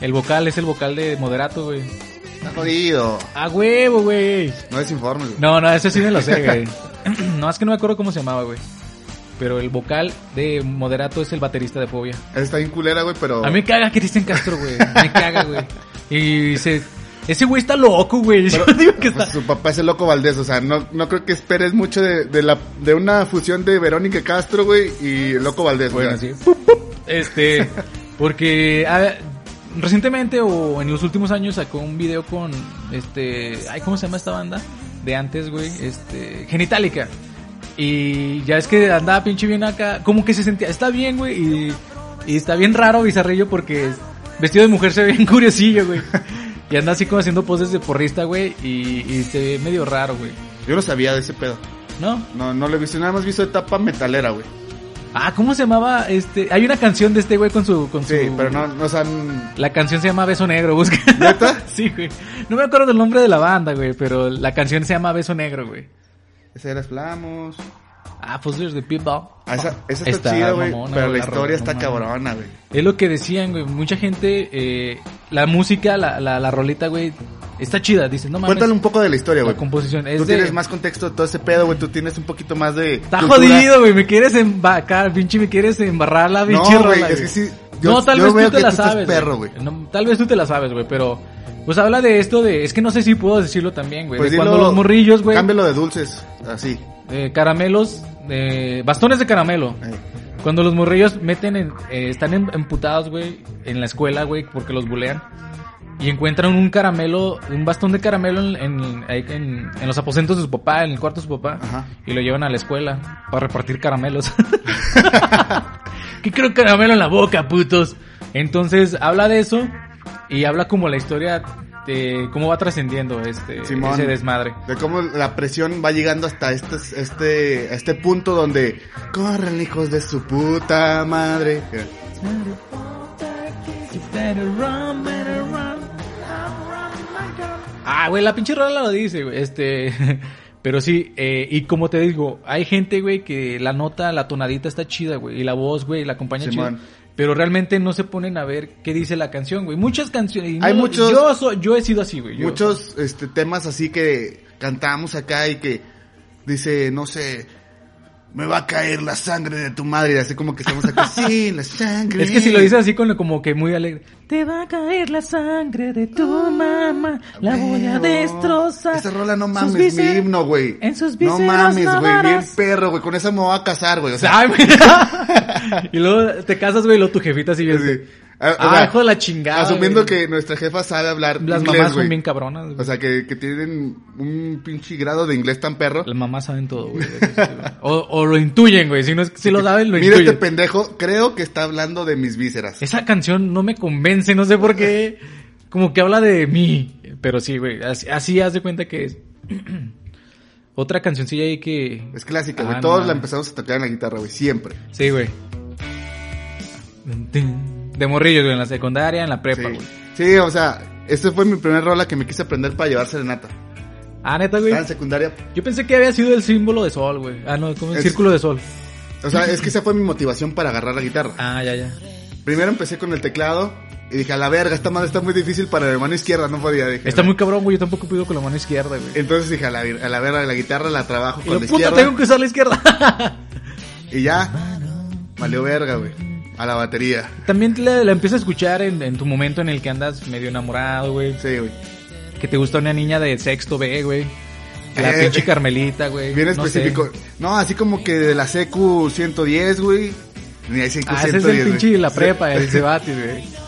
S1: El vocal es el vocal de Moderato, güey.
S2: Está jodido.
S1: ¡A huevo, güey!
S2: No desinformes, güey.
S1: No, no, ese sí me lo sé, güey. no, es que no me acuerdo cómo se llamaba, güey. Pero el vocal de Moderato es el baterista de Fobia.
S2: Está bien culera, güey, pero.
S1: A mí me caga Cristian Castro, güey. Me caga, güey. Y se... Ese güey está loco, güey. Yo digo que
S2: Pues
S1: está...
S2: su papá es el loco Valdés, o sea, no, no creo que esperes mucho de, de, la, de una fusión de Verónica Castro, güey, y el loco Valdés. güey.
S1: Bueno, sí. Pup, pup. Este... Porque... a ver, recientemente o en los últimos años sacó un video con... Este... Ay, ¿cómo se llama esta banda? De antes, güey. Este... Genitalica. Y ya es que andaba pinche bien acá. Como que se sentía... Está bien, güey. Y, y está bien raro, bizarrillo, porque... Vestido de mujer se ve bien curiosillo, güey. Y anda así como haciendo poses de porrista, güey. Y, y se ve medio raro, güey.
S2: Yo no sabía de ese pedo.
S1: ¿No?
S2: No, no lo he visto, nada más visto etapa metalera, güey.
S1: Ah, ¿cómo se llamaba este? Hay una canción de este güey con su... Con
S2: Sí,
S1: su-
S2: pero no, no son...
S1: La canción se llama Beso Negro, busca.
S2: ¿Neta?
S1: sí, güey. No me acuerdo del nombre de la banda, güey, pero la canción se llama Beso Negro, güey.
S2: Esa era Flamos.
S1: Ah, Foster's the People.
S2: Ah, esa, esa está,
S1: Está
S2: chida, güey,
S1: mamona,
S2: pero
S1: güey, la
S2: la historia
S1: rola,
S2: está
S1: no
S2: cabrona, güey.
S1: Es lo que decían, güey. Mucha gente, eh, la música, la, la, la rolita, güey, está chida. Dicen, no mames.
S2: Cuéntale un poco de la historia,
S1: la
S2: güey.
S1: composición es
S2: Tú
S1: de-
S2: tienes más contexto de todo ese pedo, güey. Tú tienes un poquito más de.
S1: Está
S2: cultura.
S1: jodido, güey. Me quieres embarcar, pinche, me quieres embarrar la pinche
S2: No,
S1: rola,
S2: güey, es
S1: güey.
S2: que sí.
S1: no, tal
S2: yo
S1: vez
S2: veo
S1: tú te
S2: que
S1: la
S2: estás
S1: sabes. güey.
S2: perro, güey.
S1: No, tal vez tú te la sabes, güey, pero. Pues habla de esto de. Es que no sé si puedo decirlo también, güey.
S2: Pues
S1: de
S2: dilo-
S1: cuando los morrillos, güey.
S2: Cámbialo de dulces, así.
S1: eh, caramelos. eh, bastones de caramelo.
S2: eh.
S1: Cuando los morrillos meten en, eh, están em- emputados, güey, en la escuela, güey, porque los bulean. Y encuentran un caramelo, un bastón de caramelo en, en, ahí en- en los aposentos de su papá, en el cuarto de su papá.
S2: Ajá.
S1: Y lo llevan a la escuela para repartir caramelos. que creo caramelo en la boca, putos. Entonces habla de eso y habla como la historia de cómo va trascendiendo este
S2: Simón.
S1: ese desmadre.
S2: De cómo la presión va llegando hasta este, este, este punto donde corren hijos de su puta madre.
S1: Ah, güey, la pinche rola lo dice, güey. Este. Pero sí, eh, y como te digo, hay gente, güey, que la nota, la tonadita está chida, güey. Y la voz, güey, la acompaña
S2: Simón.
S1: chida. Pero realmente no se ponen a ver qué dice la canción, güey. Muchas canciones. y
S2: Hay
S1: no-
S2: muchos-
S1: Yo, so- yo he sido así, güey. yo-
S2: Muchos este, temas así que cantamos acá y que dice, no sé, me va a caer la sangre de tu madre. Y así como que estamos acá, sí, la sangre.
S1: Es que si lo dices así con lo- como que muy alegre. Te va a caer la sangre de tu mamá, la voy a
S2: Huevo.
S1: destrozar.
S2: Ah, Esa rola no
S1: Sus
S2: mames,
S1: vísceras-
S2: mi himno, güey.
S1: En sus
S2: No
S1: vísceras
S2: mames, güey, bien
S1: lavadas.
S2: perro, güey. Con esa me voy a casar, güey. O sea,
S1: Ay, mira. y luego te casas, güey, y luego tu jefita así bien.
S2: sí. Ah, o
S1: Ah,
S2: sea,
S1: hijo de la chingada.
S2: Asumiendo
S1: güey.
S2: que nuestra jefa sabe hablar
S1: las
S2: inglés,
S1: mamás
S2: güey.
S1: son bien cabronas. güey.
S2: O sea, que, que tienen un pinche grado de inglés tan perro.
S1: las mamás saben todo, güey. o, o lo intuyen, güey. Si no es si lo saben, lo
S2: Mira este
S1: intuyen.
S2: pendejo, creo que está hablando de mis vísceras.
S1: Esa canción no me convence, no sé por qué. Como que habla de mí. Pero sí, güey. Así, así haz de cuenta que es. Otra cancioncilla ahí que.
S2: Es clásica, güey.
S1: Ah,
S2: Todos
S1: no.
S2: la empezamos a tocar en la guitarra, güey. Siempre.
S1: Sí, güey. De morrillos, güey. En la secundaria, en la prepa,
S2: Sí.
S1: güey.
S2: Sí, o sea, esta fue mi primera rola que me quise aprender para llevar serenata.
S1: Ah, neta, güey.
S2: Estaba en secundaria.
S1: Yo pensé que había sido el símbolo de sol, güey. Ah, no, como el
S2: Es-
S1: círculo de sol.
S2: O sea, es que esa fue mi motivación para agarrar la guitarra.
S1: Ah, ya, ya.
S2: Primero empecé con el teclado y dije, a la verga, esta madre está muy difícil para la mano izquierda, no podía. Dije,
S1: Está muy cabrón, güey. Yo tampoco pido con la mano izquierda, güey.
S2: Entonces dije, a la, vir- a la verga, la guitarra la trabajo
S1: Y
S2: con
S1: lo
S2: la
S1: puta,
S2: izquierda.
S1: tengo que usar la izquierda.
S2: Y ya, valió verga, güey. A la batería.
S1: También la, la empiezas a escuchar en, en tu momento en el que andas medio enamorado, güey.
S2: Sí, güey.
S1: Que te gusta una niña de sexto B, güey. La
S2: Eh,
S1: pinche Carmelita, güey.
S2: Bien
S1: No
S2: específico.
S1: sé.
S2: No, así como que de la CQ 110, güey. Ni hay CQ
S1: Ah,
S2: 110.
S1: ese es el
S2: güey.
S1: pinche de la prepa, el Cebatis, güey.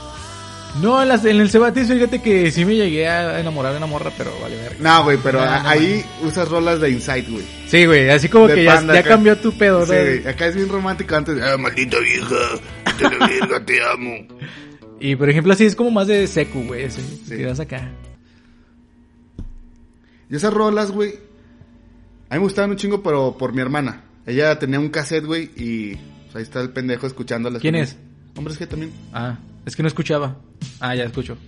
S1: No, en, las- en el Cebatis, fíjate que sí me llegué a enamorar de una morra, pero vale verga.
S2: No, güey, pero
S1: No,
S2: a-
S1: no,
S2: ahí usas rolas de Insight, güey.
S1: Sí, güey, así como
S2: De
S1: que ya,
S2: Panda
S1: ya
S2: acá.
S1: cambió tu pedo, ¿no?
S2: Sí, güey. Acá es bien romántico antes. Ah, maldita vieja. Te la verga, te amo.
S1: Y por ejemplo, así es como más de secu, güey. Así,
S2: Sí.
S1: tiras acá.
S2: Y esas rolas, güey. A mí me gustaban un chingo, pero por mi hermana. Ella tenía un cassette, güey, y pues, ahí está el pendejo escuchándolas.
S1: ¿Quién
S2: con-
S1: es?
S2: Hombre, es que también.
S1: Ah, es que no escuchaba. Ah, ya escucho.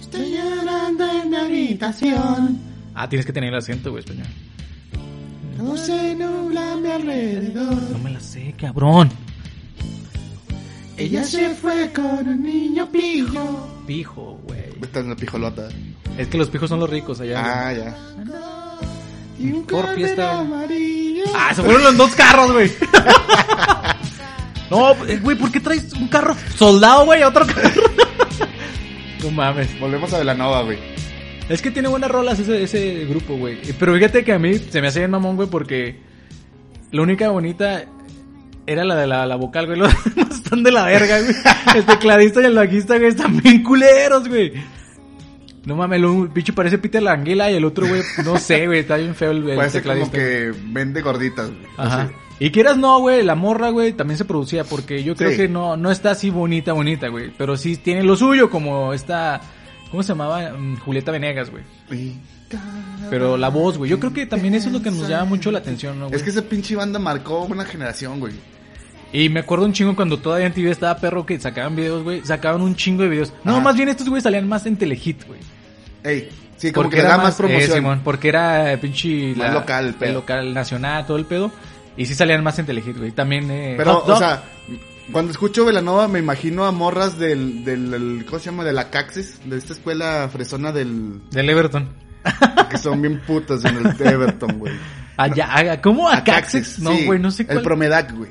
S3: Estoy llorando en la habitación.
S1: Ah, tienes que tener el acento, güey, español.
S3: No se nubla a mi alrededor.
S1: No me la sé, cabrón.
S3: Ella se fue con un niño pijo.
S1: Pijo, güey.
S2: Esta es una pijolota.
S1: Es que los pijos son los ricos allá. güey.
S2: Ah, ya.
S3: Y un
S1: Por fiesta.
S3: cordero amarillo.
S1: Ah, se fueron los dos carros, güey. no, eh, güey, ¿por qué traes un carro soldado, güey, a otro carro? no mames.
S2: Volvemos a Velanova, güey.
S1: Es que tiene buenas rolas ese, ese grupo, güey. Pero fíjate que a mí se me hace bien mamón, güey, porque la única bonita era la de la, la vocal, güey. Los demás están de la verga, güey. El tecladista y el bajista, güey, están bien culeros, güey. No mames, un pinche parece Peter Languila y el otro, güey, no sé, güey, está bien feo el, el
S2: Parece como
S1: tecladista. güey.
S2: que vende gorditas, güey.
S1: Ajá.
S2: Así.
S1: Y quieras no, güey, la morra, güey, también se producía porque yo creo
S2: Sí.
S1: que no, no está así bonita, bonita, güey. Pero sí tiene lo suyo, como esta, ¿cómo se llamaba? Mm, Julieta Venegas, güey.
S2: Sí.
S1: Pero la voz, güey. Yo creo que también eso es lo que nos llama mucho la atención, ¿no, güey?
S2: Es que esa pinche banda marcó una generación, güey.
S1: Y me acuerdo un chingo cuando todavía en TV estaba perro que sacaban videos, güey. Sacaban un chingo de videos. No,
S2: Ajá.
S1: más bien estos güey salían más en Telehit, güey.
S2: Ey, sí, como que le da más, promoción.
S1: eh, Simón, porque era eh, pinche...
S2: Más local, el pedo.
S1: local, nacional, todo el pedo. Y sí salían más en Telehit, güey. También, eh...
S2: Pero,
S1: Hot Dog.
S2: o sea, cuando escucho Velanova me imagino a morras del, del, del- ¿cómo se llama? De la Caxis, de esta escuela fresona del,
S1: Del Everton.
S2: que son bien putas en el Everton, güey.
S1: Allá, a- ¿cómo? ¿Acaxes?
S2: Acaxis,
S1: No,
S2: sí,
S1: güey, no sé
S2: El
S1: cuál.
S2: Promedac, güey.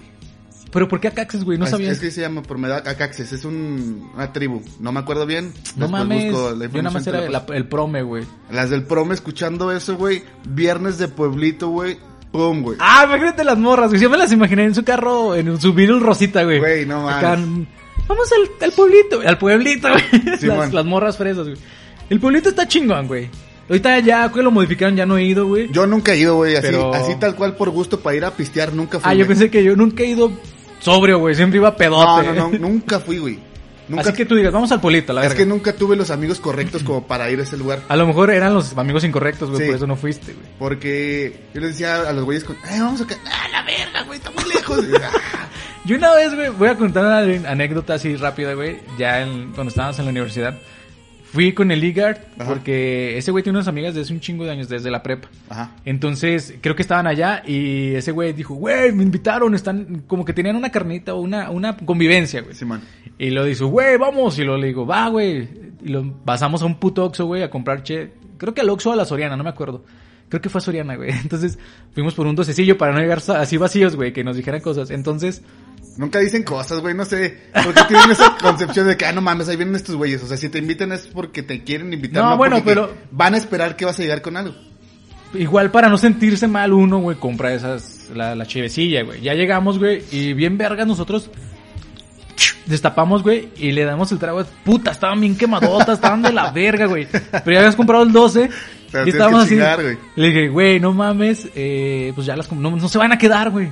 S1: Pero ¿por qué Acaxes, güey? No
S2: Es-
S1: sabía.
S2: Es que se llama Promedac Acaxis, es un, una tribu, no me acuerdo bien.
S1: no
S2: después
S1: mames.
S2: busco la
S1: Yo nada
S2: información,
S1: más
S2: te la
S1: era
S2: paso.
S1: la- el prome, güey.
S2: Las del Prome escuchando eso, güey, viernes de pueblito, güey, pum, güey.
S1: Ah, imagínate las morras, güey. Yo me las imaginé en su carro, en su virus rosita, güey.
S2: Güey, no mames.
S1: Acá, mm, Vamos al, al pueblito, güey, al pueblito, güey.
S2: Sí,
S1: las,
S2: man.
S1: las morras fresas, güey. El pueblito está chingón, güey. Ahorita ya, güey, lo modificaron, ya no he ido, güey.
S2: Yo nunca he ido, güey, así,
S1: Pero-
S2: así tal cual por gusto para ir a pistear, nunca fui.
S1: ah, yo
S2: güey.
S1: pensé que yo nunca he ido sobrio, güey. Siempre iba
S2: No,
S1: pedote.
S2: no, no, nunca fui, güey. Nunca
S1: Así que tú digas, vamos al pueblito, la
S2: Es
S1: verga.
S2: que nunca tuve los amigos correctos como para ir a ese lugar.
S1: A lo mejor eran los amigos incorrectos, güey,
S2: Sí.
S1: por eso no fuiste, güey.
S2: Porque yo les decía a los güeyes, con, "Eh, vamos acá. ¡Ah, la verga, güey! Está muy lejos.
S1: Yo una vez, güey, voy a contar una anécdota así rápida, güey, ya en- cuando estábamos en la universidad. Fui con el Igard
S2: Ajá.
S1: porque ese güey tiene unas amigas desde un chingo de años, desde la prepa.
S2: Ajá.
S1: Entonces, creo que estaban allá y ese güey dijo, güey, me invitaron, están como que tenían una carnita o una, una convivencia, güey.
S2: Simón.
S1: Y lo dice, güey, vamos. Y luego le digo, va, güey. Y lo pasamos a un puto Oxxo, güey, a comprar che. Creo que al Oxxo o a la Soriana, no me acuerdo. Creo que fue a Soriana, güey. Entonces fuimos por un docecillo para no llegar sa- así vacíos, güey, que nos dijeran cosas. Entonces,
S2: Nunca dicen cosas, güey, no sé. ¿Por qué tienen esa concepción de que, ah, no mames, ahí vienen estos güeyes? O sea, si te invitan es porque te quieren invitar.
S1: No, bueno,
S2: porque
S1: pero-
S2: Van a esperar que vas a llegar con algo.
S1: igual para no sentirse mal uno, güey, compra esas, la, la chivecilla, güey. Ya llegamos, güey, y bien vergas nosotros destapamos, güey, y le damos el trago. Puta, estaban bien quemadotas, estaban de la verga, güey. Pero ya habías comprado el 12.
S2: Pero
S1: y
S2: tienes
S1: estábamos
S2: que
S1: así.
S2: chingar, güey.
S1: Le dije, güey, no mames, eh, pues ya las com- no, no se van a quedar, güey.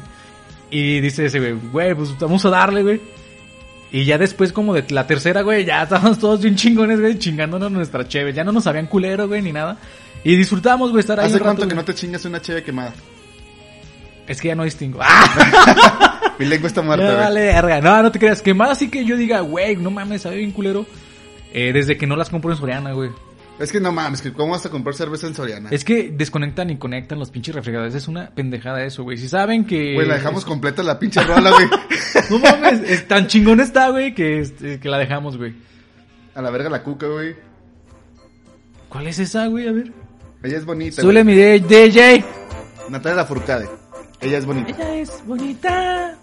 S1: Y dice ese, güey, güey, pues vamos a darle, güey. Y ya después, como de la tercera, güey, ya estábamos todos bien chingones, güey, chingándonos nuestra cheve. Ya no nos sabían culero, güey, ni nada. Y disfrutamos, güey, estar ahí.
S2: ¿Hace
S1: un rato,
S2: cuánto que
S1: güey.
S2: no te chingas una cheve quemada?
S1: Es que ya no distingo. ¡Ah!
S2: Mi lengua está
S1: No,
S2: muerta, güey.
S1: vale, verga. No, no te creas. Que más así que yo diga, güey, no mames, sabe bien culero. Eh, desde que no las compro en Soriana, güey.
S2: Es que no mames, que ¿cómo vas a comprar cerveza en Soriana?
S1: Es que desconectan y conectan los pinches refrigeradores. Es una pendejada eso, güey. Si saben que...
S2: Güey, la dejamos completa la pinche rola, güey.
S1: No mames, es tan chingón está, güey, que, este, que la dejamos, güey.
S2: A la verga la cuca, güey.
S1: ¿Cuál es esa, güey? A ver.
S2: Ella es bonita,
S1: Sule mi de- DJ.
S2: güey. Natalia Lafourcade. Ella es bonita.
S1: Ella es bonita.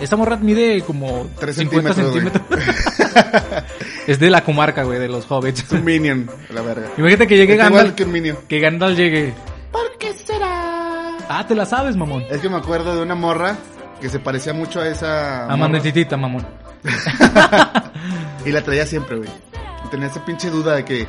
S1: Esa morra mide como
S2: Tres
S1: 50
S2: centímetros,
S1: centímetros.
S2: güey.
S1: es de la comarca, güey, de los hobbits.
S2: Es un minion, a la verga.
S1: Imagínate que llegue
S2: Está
S1: Gandalf.
S2: Este igual que un minion.
S1: Que Gandalf llegue. ¿Por qué será? Ah, te la sabes, mamón.
S2: Es que me acuerdo de una morra que se parecía mucho a esa. morra,
S1: Amandecitita, Ah, mamón.
S2: y la traía siempre, güey. Y Tenía esa pinche duda de que.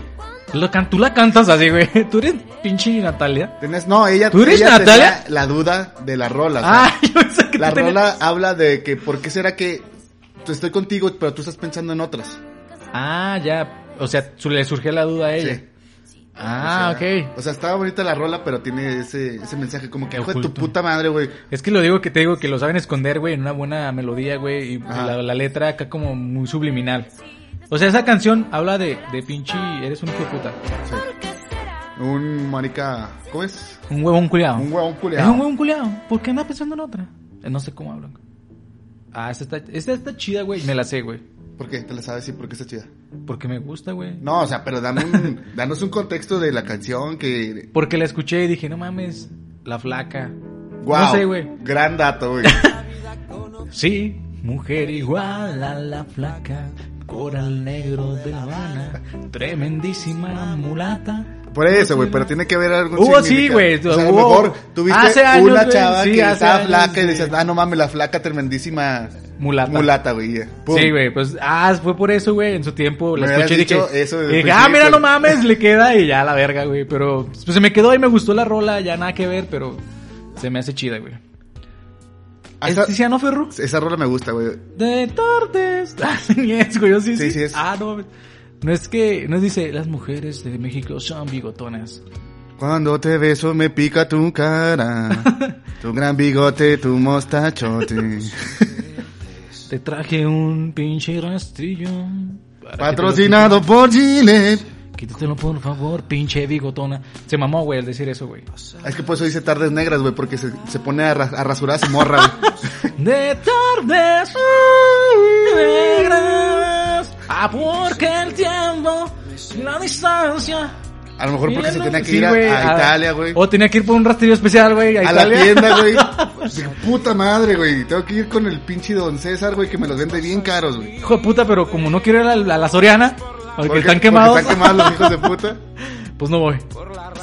S1: Lo can- tú la cantas así, güey. Tú eres pinche Natalia.
S2: Tenías, no, ella.
S1: ¿Tú eres
S2: ella tenía
S1: Natalia?
S2: La duda de la rola. o sea,
S1: ah, yo pensé que
S2: la
S1: tú tenías-
S2: rola habla de que, ¿por qué será que tú estoy contigo, pero tú estás pensando en otras?
S1: Ah, ya. O sea, su- le surgió la duda a ella.
S2: Sí.
S1: Ah,
S2: o sea,
S1: ok.
S2: O sea, estaba bonita la rola, pero tiene ese, ese mensaje como que, hijo de tu
S1: Oculto.
S2: puta madre, güey.
S1: Es que lo digo que te digo que lo saben esconder, güey, en una buena melodía, güey, y
S2: Ajá.
S1: la, la letra acá como muy subliminal. O sea, esa canción habla de, de pinche, eres un hijo de puta.
S2: Un marica, ¿cómo es?
S1: Un huevón culiado.
S2: Un huevón culeado.
S1: Ah. Es un huevón culiado. ¿Por qué anda pensando en otra? Eh, No sé cómo hablan. Ah, esta está, esta está chida, güey. Me la sé, güey.
S2: ¿Por qué? ¿Te la sabes? Sí, porque está chida.
S1: Porque me gusta, güey.
S2: No, o sea, pero dame un, danos un contexto de la canción que...
S1: Porque la escuché y dije, no mames, la flaca.
S2: Wow,
S1: No sé, güey.
S2: Gran dato, güey.
S1: Sí, mujer igual a la flaca, coral negro de La Habana, tremendísima mulata.
S2: Por eso, güey, pero tiene que haber algún
S1: Hubo, sí,
S2: significado.
S1: güey,
S2: O sea, a lo
S1: hubo.
S2: mejor tuviste
S1: Hace años,
S2: una
S1: güey,
S2: chava
S1: sí,
S2: que
S1: hace
S2: estaba
S1: años,
S2: flaca y
S1: güey.
S2: dices, ah, no mames, la flaca tremendísima
S1: Mulata.
S2: mulata, güey. ya. Pum.
S1: Sí, güey, pues, ah, fue por eso, güey, en su tiempo la
S2: Me
S1: escuché y
S2: hubieras
S1: dije,
S2: dicho eso desde
S1: y
S2: el
S1: dije, ah,
S2: principio,
S1: mira, no
S2: güey".
S1: mames, le queda y ya la verga, güey, pero pues se me quedó y me gustó la rola, ya nada que ver, pero se me hace chida, güey.
S2: Ah,
S1: ¿Es
S2: Esa,
S1: Tiziano Ferro?
S2: esa rola me gusta, güey.
S1: De tardes. Ah, ni es, güey. Yo sí,
S2: Sí,
S1: sí.
S2: sí es.
S1: Ah, no. No es que, no dice, las mujeres de México son bigotonas.
S2: Cuando te beso me pica tu cara, tu gran bigote, tu mostachote.
S1: Te traje un pinche rastrillo. para que te lo
S2: Patrocinado por Gillette.
S1: quites. Quítatelo, por favor, pinche bigotona. Se mamó, güey, al decir eso, güey.
S2: Es que por eso dice tardes negras, güey, porque se, se pone a, ra- a rasurar a su morra, güey.
S1: De tardes negras. Ah, porque el tiempo, la distancia.
S2: A lo mejor porque se tenía que ir a,
S1: Sí, güey,
S2: a Italia, güey.
S1: O tenía que ir por un rastrillo especial, güey.
S2: A la
S1: Italia.
S2: tienda, güey. Dije, Puta madre, güey. Tengo que ir con el pinche don César, güey, que me los vende bien caros, güey.
S1: Hijo de puta, pero como no quiero ir a la, a la Soriana, porque,
S2: Porque-
S1: están quemados,
S2: Porque están quemados los hijos de puta.
S1: pues no voy.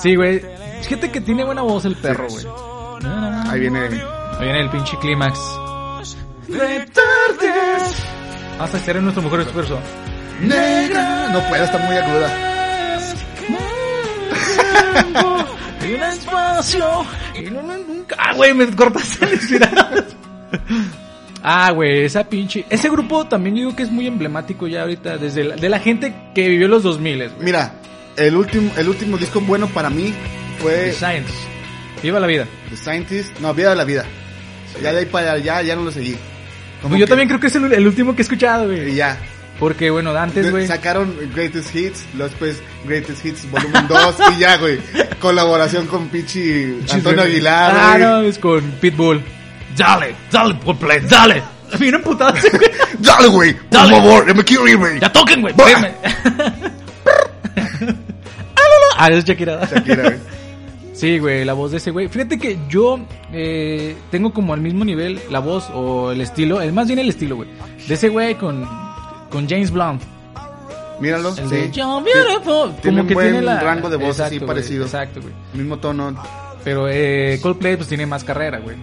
S1: Sí, güey. Fíjate que tiene buena voz el perro, güey.
S2: Ahí viene.
S1: Ahí viene el pinche clímax. Vamos a hacer nuestro mejor esfuerzo.
S2: Negra. No puedo, está muy aguda.
S1: Y un espacio. Y no, no, nunca. Ah, güey, me cortaste el inspirar. Ah, güey, esa pinche. Ese grupo también digo que es muy emblemático ya ahorita. Desde la, de la gente que vivió los 2000, güey.
S2: Mira, el último, el último disco bueno para mí
S1: The
S2: fue
S1: Science. Viva la vida.
S2: The Scientist. No, Vida de la Vida. Ya de ahí para allá, ya no lo seguí. Como
S1: Pues yo
S2: que-
S1: también creo que es el, el último que he escuchado,
S2: Y
S1: güey.
S2: ya.
S1: Porque bueno, antes,
S2: De-
S1: güey.
S2: Sacaron Greatest Hits, los pues Greatest Hits volumen 2 y ya, güey. Colaboración con Pichi Antonio Aguilar,
S1: Ah,
S2: güey.
S1: no, es con Pitbull.
S5: Dale, dale, por play, dale.
S1: Bien emputado ese güey.
S2: Dale, güey, por
S5: Dale.
S2: favor, ya me quiero ir, güey.
S5: Ya toquen, güey.
S2: Bah.
S5: espérenme.
S1: Ah, es Shakira.
S2: Shakira, güey.
S1: Sí, güey, la voz de ese güey. Fíjate que yo eh, tengo como al mismo nivel la voz o el estilo, el más bien el estilo, güey. De ese güey con, con James Blunt.
S2: Míralo.
S1: El
S2: sí.
S1: de You're
S2: Sí.
S1: Beautiful.
S2: Tiene
S1: como
S2: un
S1: que
S2: buen
S1: tiene la...
S2: rango de voz así
S1: güey,
S2: parecido.
S1: Exacto, güey.
S2: Mismo tono.
S1: Pero eh, Coldplay pues tiene más carrera, güey.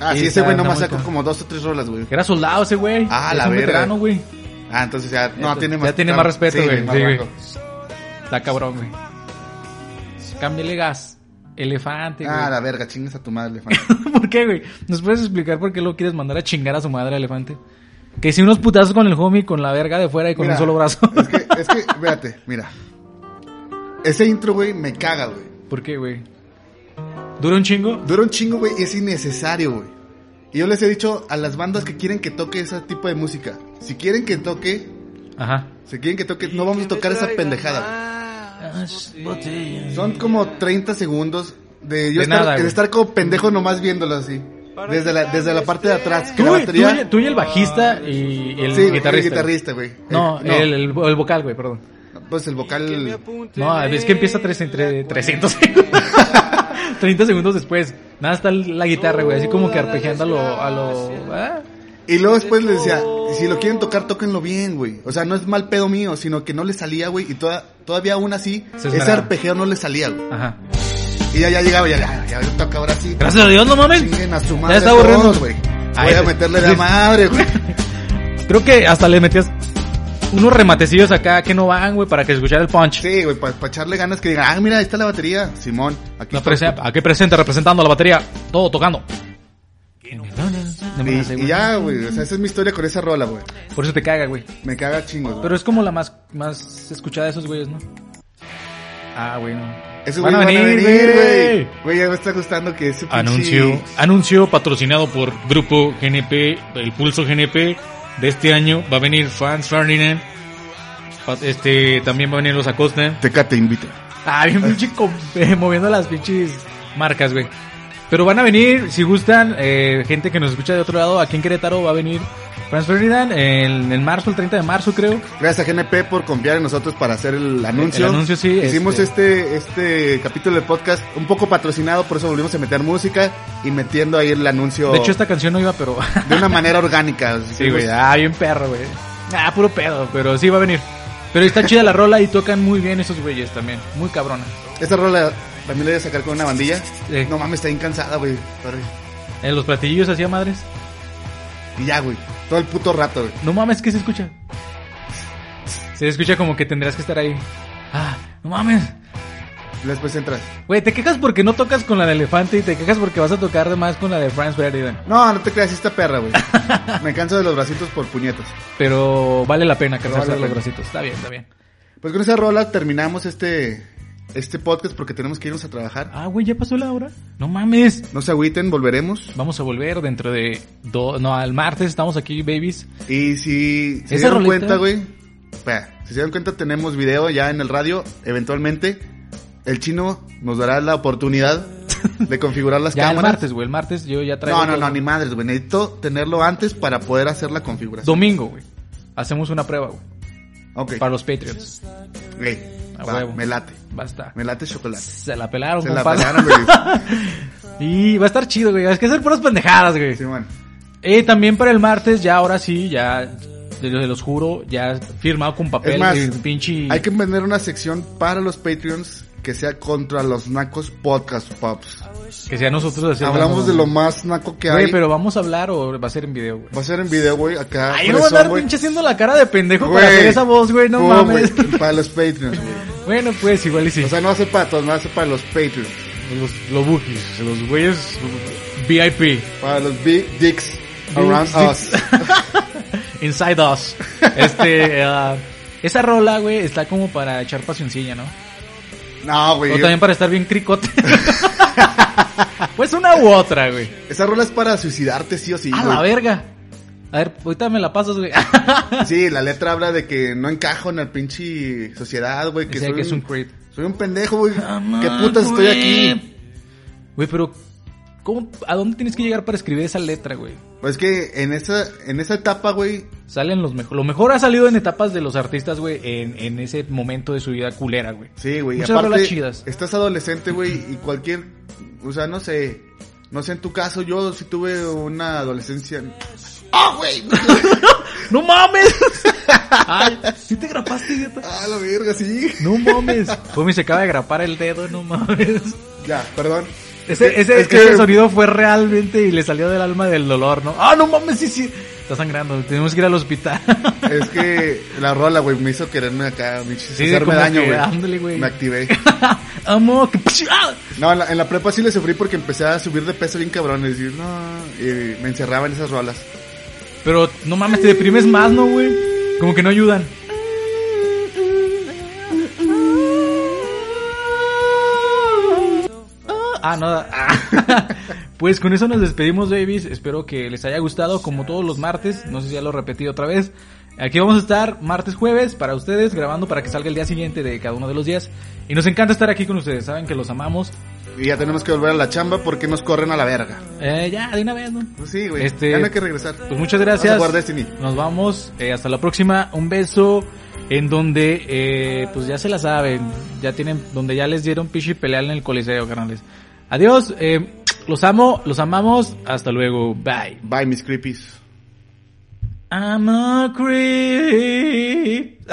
S2: Ah,
S1: Sí,
S2: sí, ese
S1: está-
S2: güey nomás
S1: está muy
S2: sacó
S1: cool.
S2: como dos o tres rolas, güey.
S1: Era soldado ese güey.
S2: Ah,
S1: Es
S2: la
S1: un
S2: verga.
S1: veterano, güey.
S2: Ah, entonces ya, no,
S1: Entonces,
S2: tiene
S1: ya
S2: más.
S1: tiene más respeto, güey,
S2: más
S1: sí, güey.
S2: rango.
S1: Está cabrón, güey. Cámbiale gas. Elefante, güey.
S2: Ah, la verga, chingues a tu madre, elefante.
S1: ¿Por qué, güey? ¿Nos puedes explicar por qué lo quieres mandar a chingar a su madre, elefante? Que hice unos putazos con el homie, con la verga de fuera y con
S2: Mira,
S1: un solo brazo.
S2: Es que, es que, espérate, mira. Ese intro, güey, me caga, güey.
S1: ¿Por qué, güey? ¿Dura un chingo?
S2: Dura un chingo, güey, y es innecesario, güey. Y yo les he dicho a las bandas que quieren que toque ese tipo de música. Si quieren que toque,
S1: Ajá.
S2: si quieren que toque, no vamos a tocar esa pendejada. güey. Son como 30 segundos de yo
S1: De
S2: estar,
S1: nada,
S2: de
S1: güey.
S2: estar como pendejo nomás viéndolo así. Desde la, desde la parte de atrás. que
S1: Tú,
S2: la
S1: güey, tú,
S2: batería-
S1: y- tú y el bajista y, y el
S2: Sí, güey,
S1: guitarrista.
S2: güey.
S1: güey. No,
S2: Eh,
S1: El, el- el vocal, güey, perdón.
S2: Pues el vocal.
S1: No, es que empieza tres, entre 300 segundos. 30 segundos después. Nada, está la guitarra, güey, así como que arpegiando a lo... A lo ¿ah?
S2: Y luego después le decía, si lo quieren tocar, tóquenlo bien, güey. O sea, no es mal pedo mío, sino que no le salía, güey. Y toda, todavía aún así,
S1: Se
S2: ese
S1: esmeraron.
S2: arpegio no le salía, güey.
S1: Ajá.
S2: Y ya, ya llegaba, ya, ya, ya, ya toca ahora sí.
S5: Gracias a Dios, no mames.
S2: Chinguen a su madre.
S1: está aburriendo.
S2: todos, güey.
S1: Ah,
S2: Voy a
S1: ese-
S2: meterle la madre, güey.
S1: Creo que hasta le metías unos rematecillos acá que no van, güey, para que se escuchara el punch.
S2: Sí, güey, para echarle ganas que digan, ah, mira, ahí está la batería. Simón, aquí
S1: La
S2: está.
S1: prese- aquí presente representando a la batería, todo tocando. No me la sé,
S2: Y, y
S1: güey.
S2: ya, güey, o sea, esa es mi historia con esa rola, güey.
S1: Por eso te caga, güey.
S2: Me caga chingos, güey.
S1: Pero es como la más, más escuchada de esos güeyes, ¿no? Ah, güey, no.
S2: Esos
S1: Van
S2: güeyes
S1: a
S2: van a
S1: venir,
S2: venir,
S1: güey.
S2: güey. Güey, ya me está gustando que ese pinche-
S4: Anuncio, anuncio patrocinado por Grupo GNP, el Pulso GNP de este año. Va a venir Franz Ferdinand. Pa- Este, también va a venir los Acosta.
S2: Tecate invita.
S1: Ah, bien pinche com- eh, moviendo las pinches marcas, güey. Pero van a venir, si gustan, eh, gente que nos escucha de otro lado, aquí en Querétaro va a venir Franz Ferdinand en, en marzo, el 30 de marzo creo.
S2: Gracias a GNP por confiar en nosotros para hacer el anuncio.
S1: el anuncio, sí,
S2: Hicimos este, este capítulo del podcast un poco patrocinado, por eso volvimos a meter música y metiendo ahí el anuncio
S1: De hecho esta canción no iba, pero...
S2: de una manera orgánica.
S1: Sí, güey. Ah, bien perro, güey. Ah, puro pedo, pero sí va a venir. Pero está chida la rola y tocan muy bien esos güeyes también. Muy cabrona.
S2: Esta rola también la voy a sacar con una bandilla.
S1: Sí.
S2: No mames, está bien cansada, güey. Pero-
S1: Eh, los platillos hacía madres.
S2: Y ya, güey. Todo el puto rato, güey.
S1: No mames, ¿qué se escucha? Se escucha como que tendrás que estar ahí. Ah, no mames.
S2: Y Después entras.
S1: Güey, te quejas porque no tocas con la de Elefante y te quejas porque vas a tocar de más con la de Franz Ferdinand.
S2: No, no te creas, sí está perra, güey. Me canso de los bracitos por puñetas.
S1: Pero vale la pena cansarse
S2: vale la
S1: de los
S2: pena.
S1: bracitos. Está bien, está bien.
S2: Pues con esa rola terminamos este, este podcast porque tenemos que irnos a trabajar.
S1: Ah, güey, ya pasó la hora. No mames.
S2: No se agüiten, volveremos.
S1: Vamos a volver dentro de dos. No, al martes estamos aquí, babies.
S2: Y si se
S1: Esa
S2: dieron
S1: rolita-
S2: cuenta, güey. espera, Si se dieron cuenta, tenemos video ya en el radio. Eventualmente, el chino nos dará la oportunidad de configurar las
S1: Ya el
S2: cámaras.
S1: martes, güey. El martes yo ya traigo.
S2: no, no,
S1: todo.
S2: no, ni madres, güey. Necesito tenerlo antes para poder hacer la configuración.
S1: Domingo, güey. Hacemos una prueba, güey.
S2: Ok,
S1: Para los Patreons.
S2: ok,
S1: A
S2: va,
S1: huevo.
S2: me late.
S1: Basta.
S2: Me late chocolate.
S1: Se la pelaron,
S2: Se la
S1: compadre.
S2: pelaron, güey.
S1: Y va a estar chido, güey. Es que hacer puras pendejadas, güey.
S2: Simón.
S1: Eh, también para el martes, ya ahora sí, ya. Se los, se los juro, ya firmado con papel.
S2: Es más,
S1: y pinche.
S2: hay que vender una sección para los Patreons que sea contra los nacos podcast pops.
S1: Que sea nosotros haciendo.
S2: Hablamos de lo más naco que hay.
S1: Güey, pero vamos a hablar o va a ser en video, güey.
S2: Va a ser en video, güey, acá.
S1: Ay, no
S2: Ah, por
S1: voy a
S2: eso,
S1: andar
S2: güey.
S1: pinche haciendo la cara de pendejo
S2: Güey.
S1: para hacer esa voz, güey. No
S2: Pum,
S1: mames.
S2: güey, Para los Patreons, güey.
S1: bueno, pues igual y sí.
S2: O sea, no hace para todos, no hace para los Patreons.
S4: Los, los bookies, los güeyes VIP.
S2: Para los Big Dicks Around Us.
S1: Inside Us. Este, eh, esa rola, güey, está como para echar pasioncilla, ¿no?
S2: No,
S1: O
S2: güey.
S1: también para estar bien cricote. pues una u otra, güey.
S2: Esa rola es para suicidarte, sí o sí.
S1: A
S2: güey.
S1: la verga. A ver, ahorita me la pasas, güey.
S2: Sí, la letra habla de que no encajo en la pinche sociedad, güey. Que,
S1: Dice
S2: soy
S1: que es un
S2: un-
S1: creep.
S2: soy un pendejo, güey.
S5: Jamás,
S2: ¿Qué putas estoy
S5: güey.
S2: aquí?
S1: Güey, pero ¿cómo, ¿a dónde tienes que llegar para escribir esa letra, güey?
S2: Pues que en esa, en esa etapa, güey,
S1: Salen los mejores. Lo mejor ha salido en etapas de los artistas, güey, en, en ese momento de su vida culera, güey.
S2: Sí, güey.
S1: Muchas
S2: Aparte,
S1: rolas chidas.
S2: estás adolescente, güey, y cualquier, o sea, no sé, no sé en tu caso, yo sí tuve una adolescencia.
S1: ¡No mames! Ay, sí te grapaste, idiota.
S2: Ah, la verga, sí.
S1: No mames. Homie se acaba de grapar el dedo, no mames.
S2: Ya, perdón.
S1: Ese, ese,
S2: Es que-
S1: ese sonido fue realmente y le salió del alma del dolor, ¿no? ¡Ah, no mames! Sí, sí. Está sangrando. Tenemos que ir al hospital.
S2: Es que la rola, güey, me hizo quererme acá, me hizo
S1: Sí,
S2: hacerme
S1: como
S2: daño,
S1: que,
S2: güey.
S1: ándale, güey.
S2: Me activé.
S1: Amo. que- ¡Ah!
S2: No, en la, en la prepa sí le sufrí porque empecé a subir de peso bien cabrón. Y decir, no, y me encerraba en esas rolas.
S1: Pero no mames, te deprimes más, ¿no, güey? Como que no ayudan. Ah, nada. Ah. Pues con eso nos despedimos, babies. Espero que les haya gustado, como todos los martes. No sé si ya lo repetí otra vez. Aquí vamos a estar martes, jueves para ustedes, grabando para que salga el día siguiente de cada uno de los días. Y nos encanta estar aquí con ustedes, saben que los amamos.
S2: Y ya tenemos que volver a la chamba porque nos corren a la verga.
S1: Eh, ya, de una vez, ¿no?
S2: Pues sí, güey.
S1: Este-
S2: Ya no hay que regresar.
S1: Pues muchas gracias.
S2: Vamos a jugar Destiny.
S1: Nos vamos. eh, hasta la próxima. Un beso. En donde, eh, pues ya se la saben. Ya tienen, donde ya les dieron pichi y pelear en el coliseo, carnales. Adiós. eh, los amo, los amamos. Hasta luego. Bye.
S2: Bye, mis creepies.
S1: I'm a creep.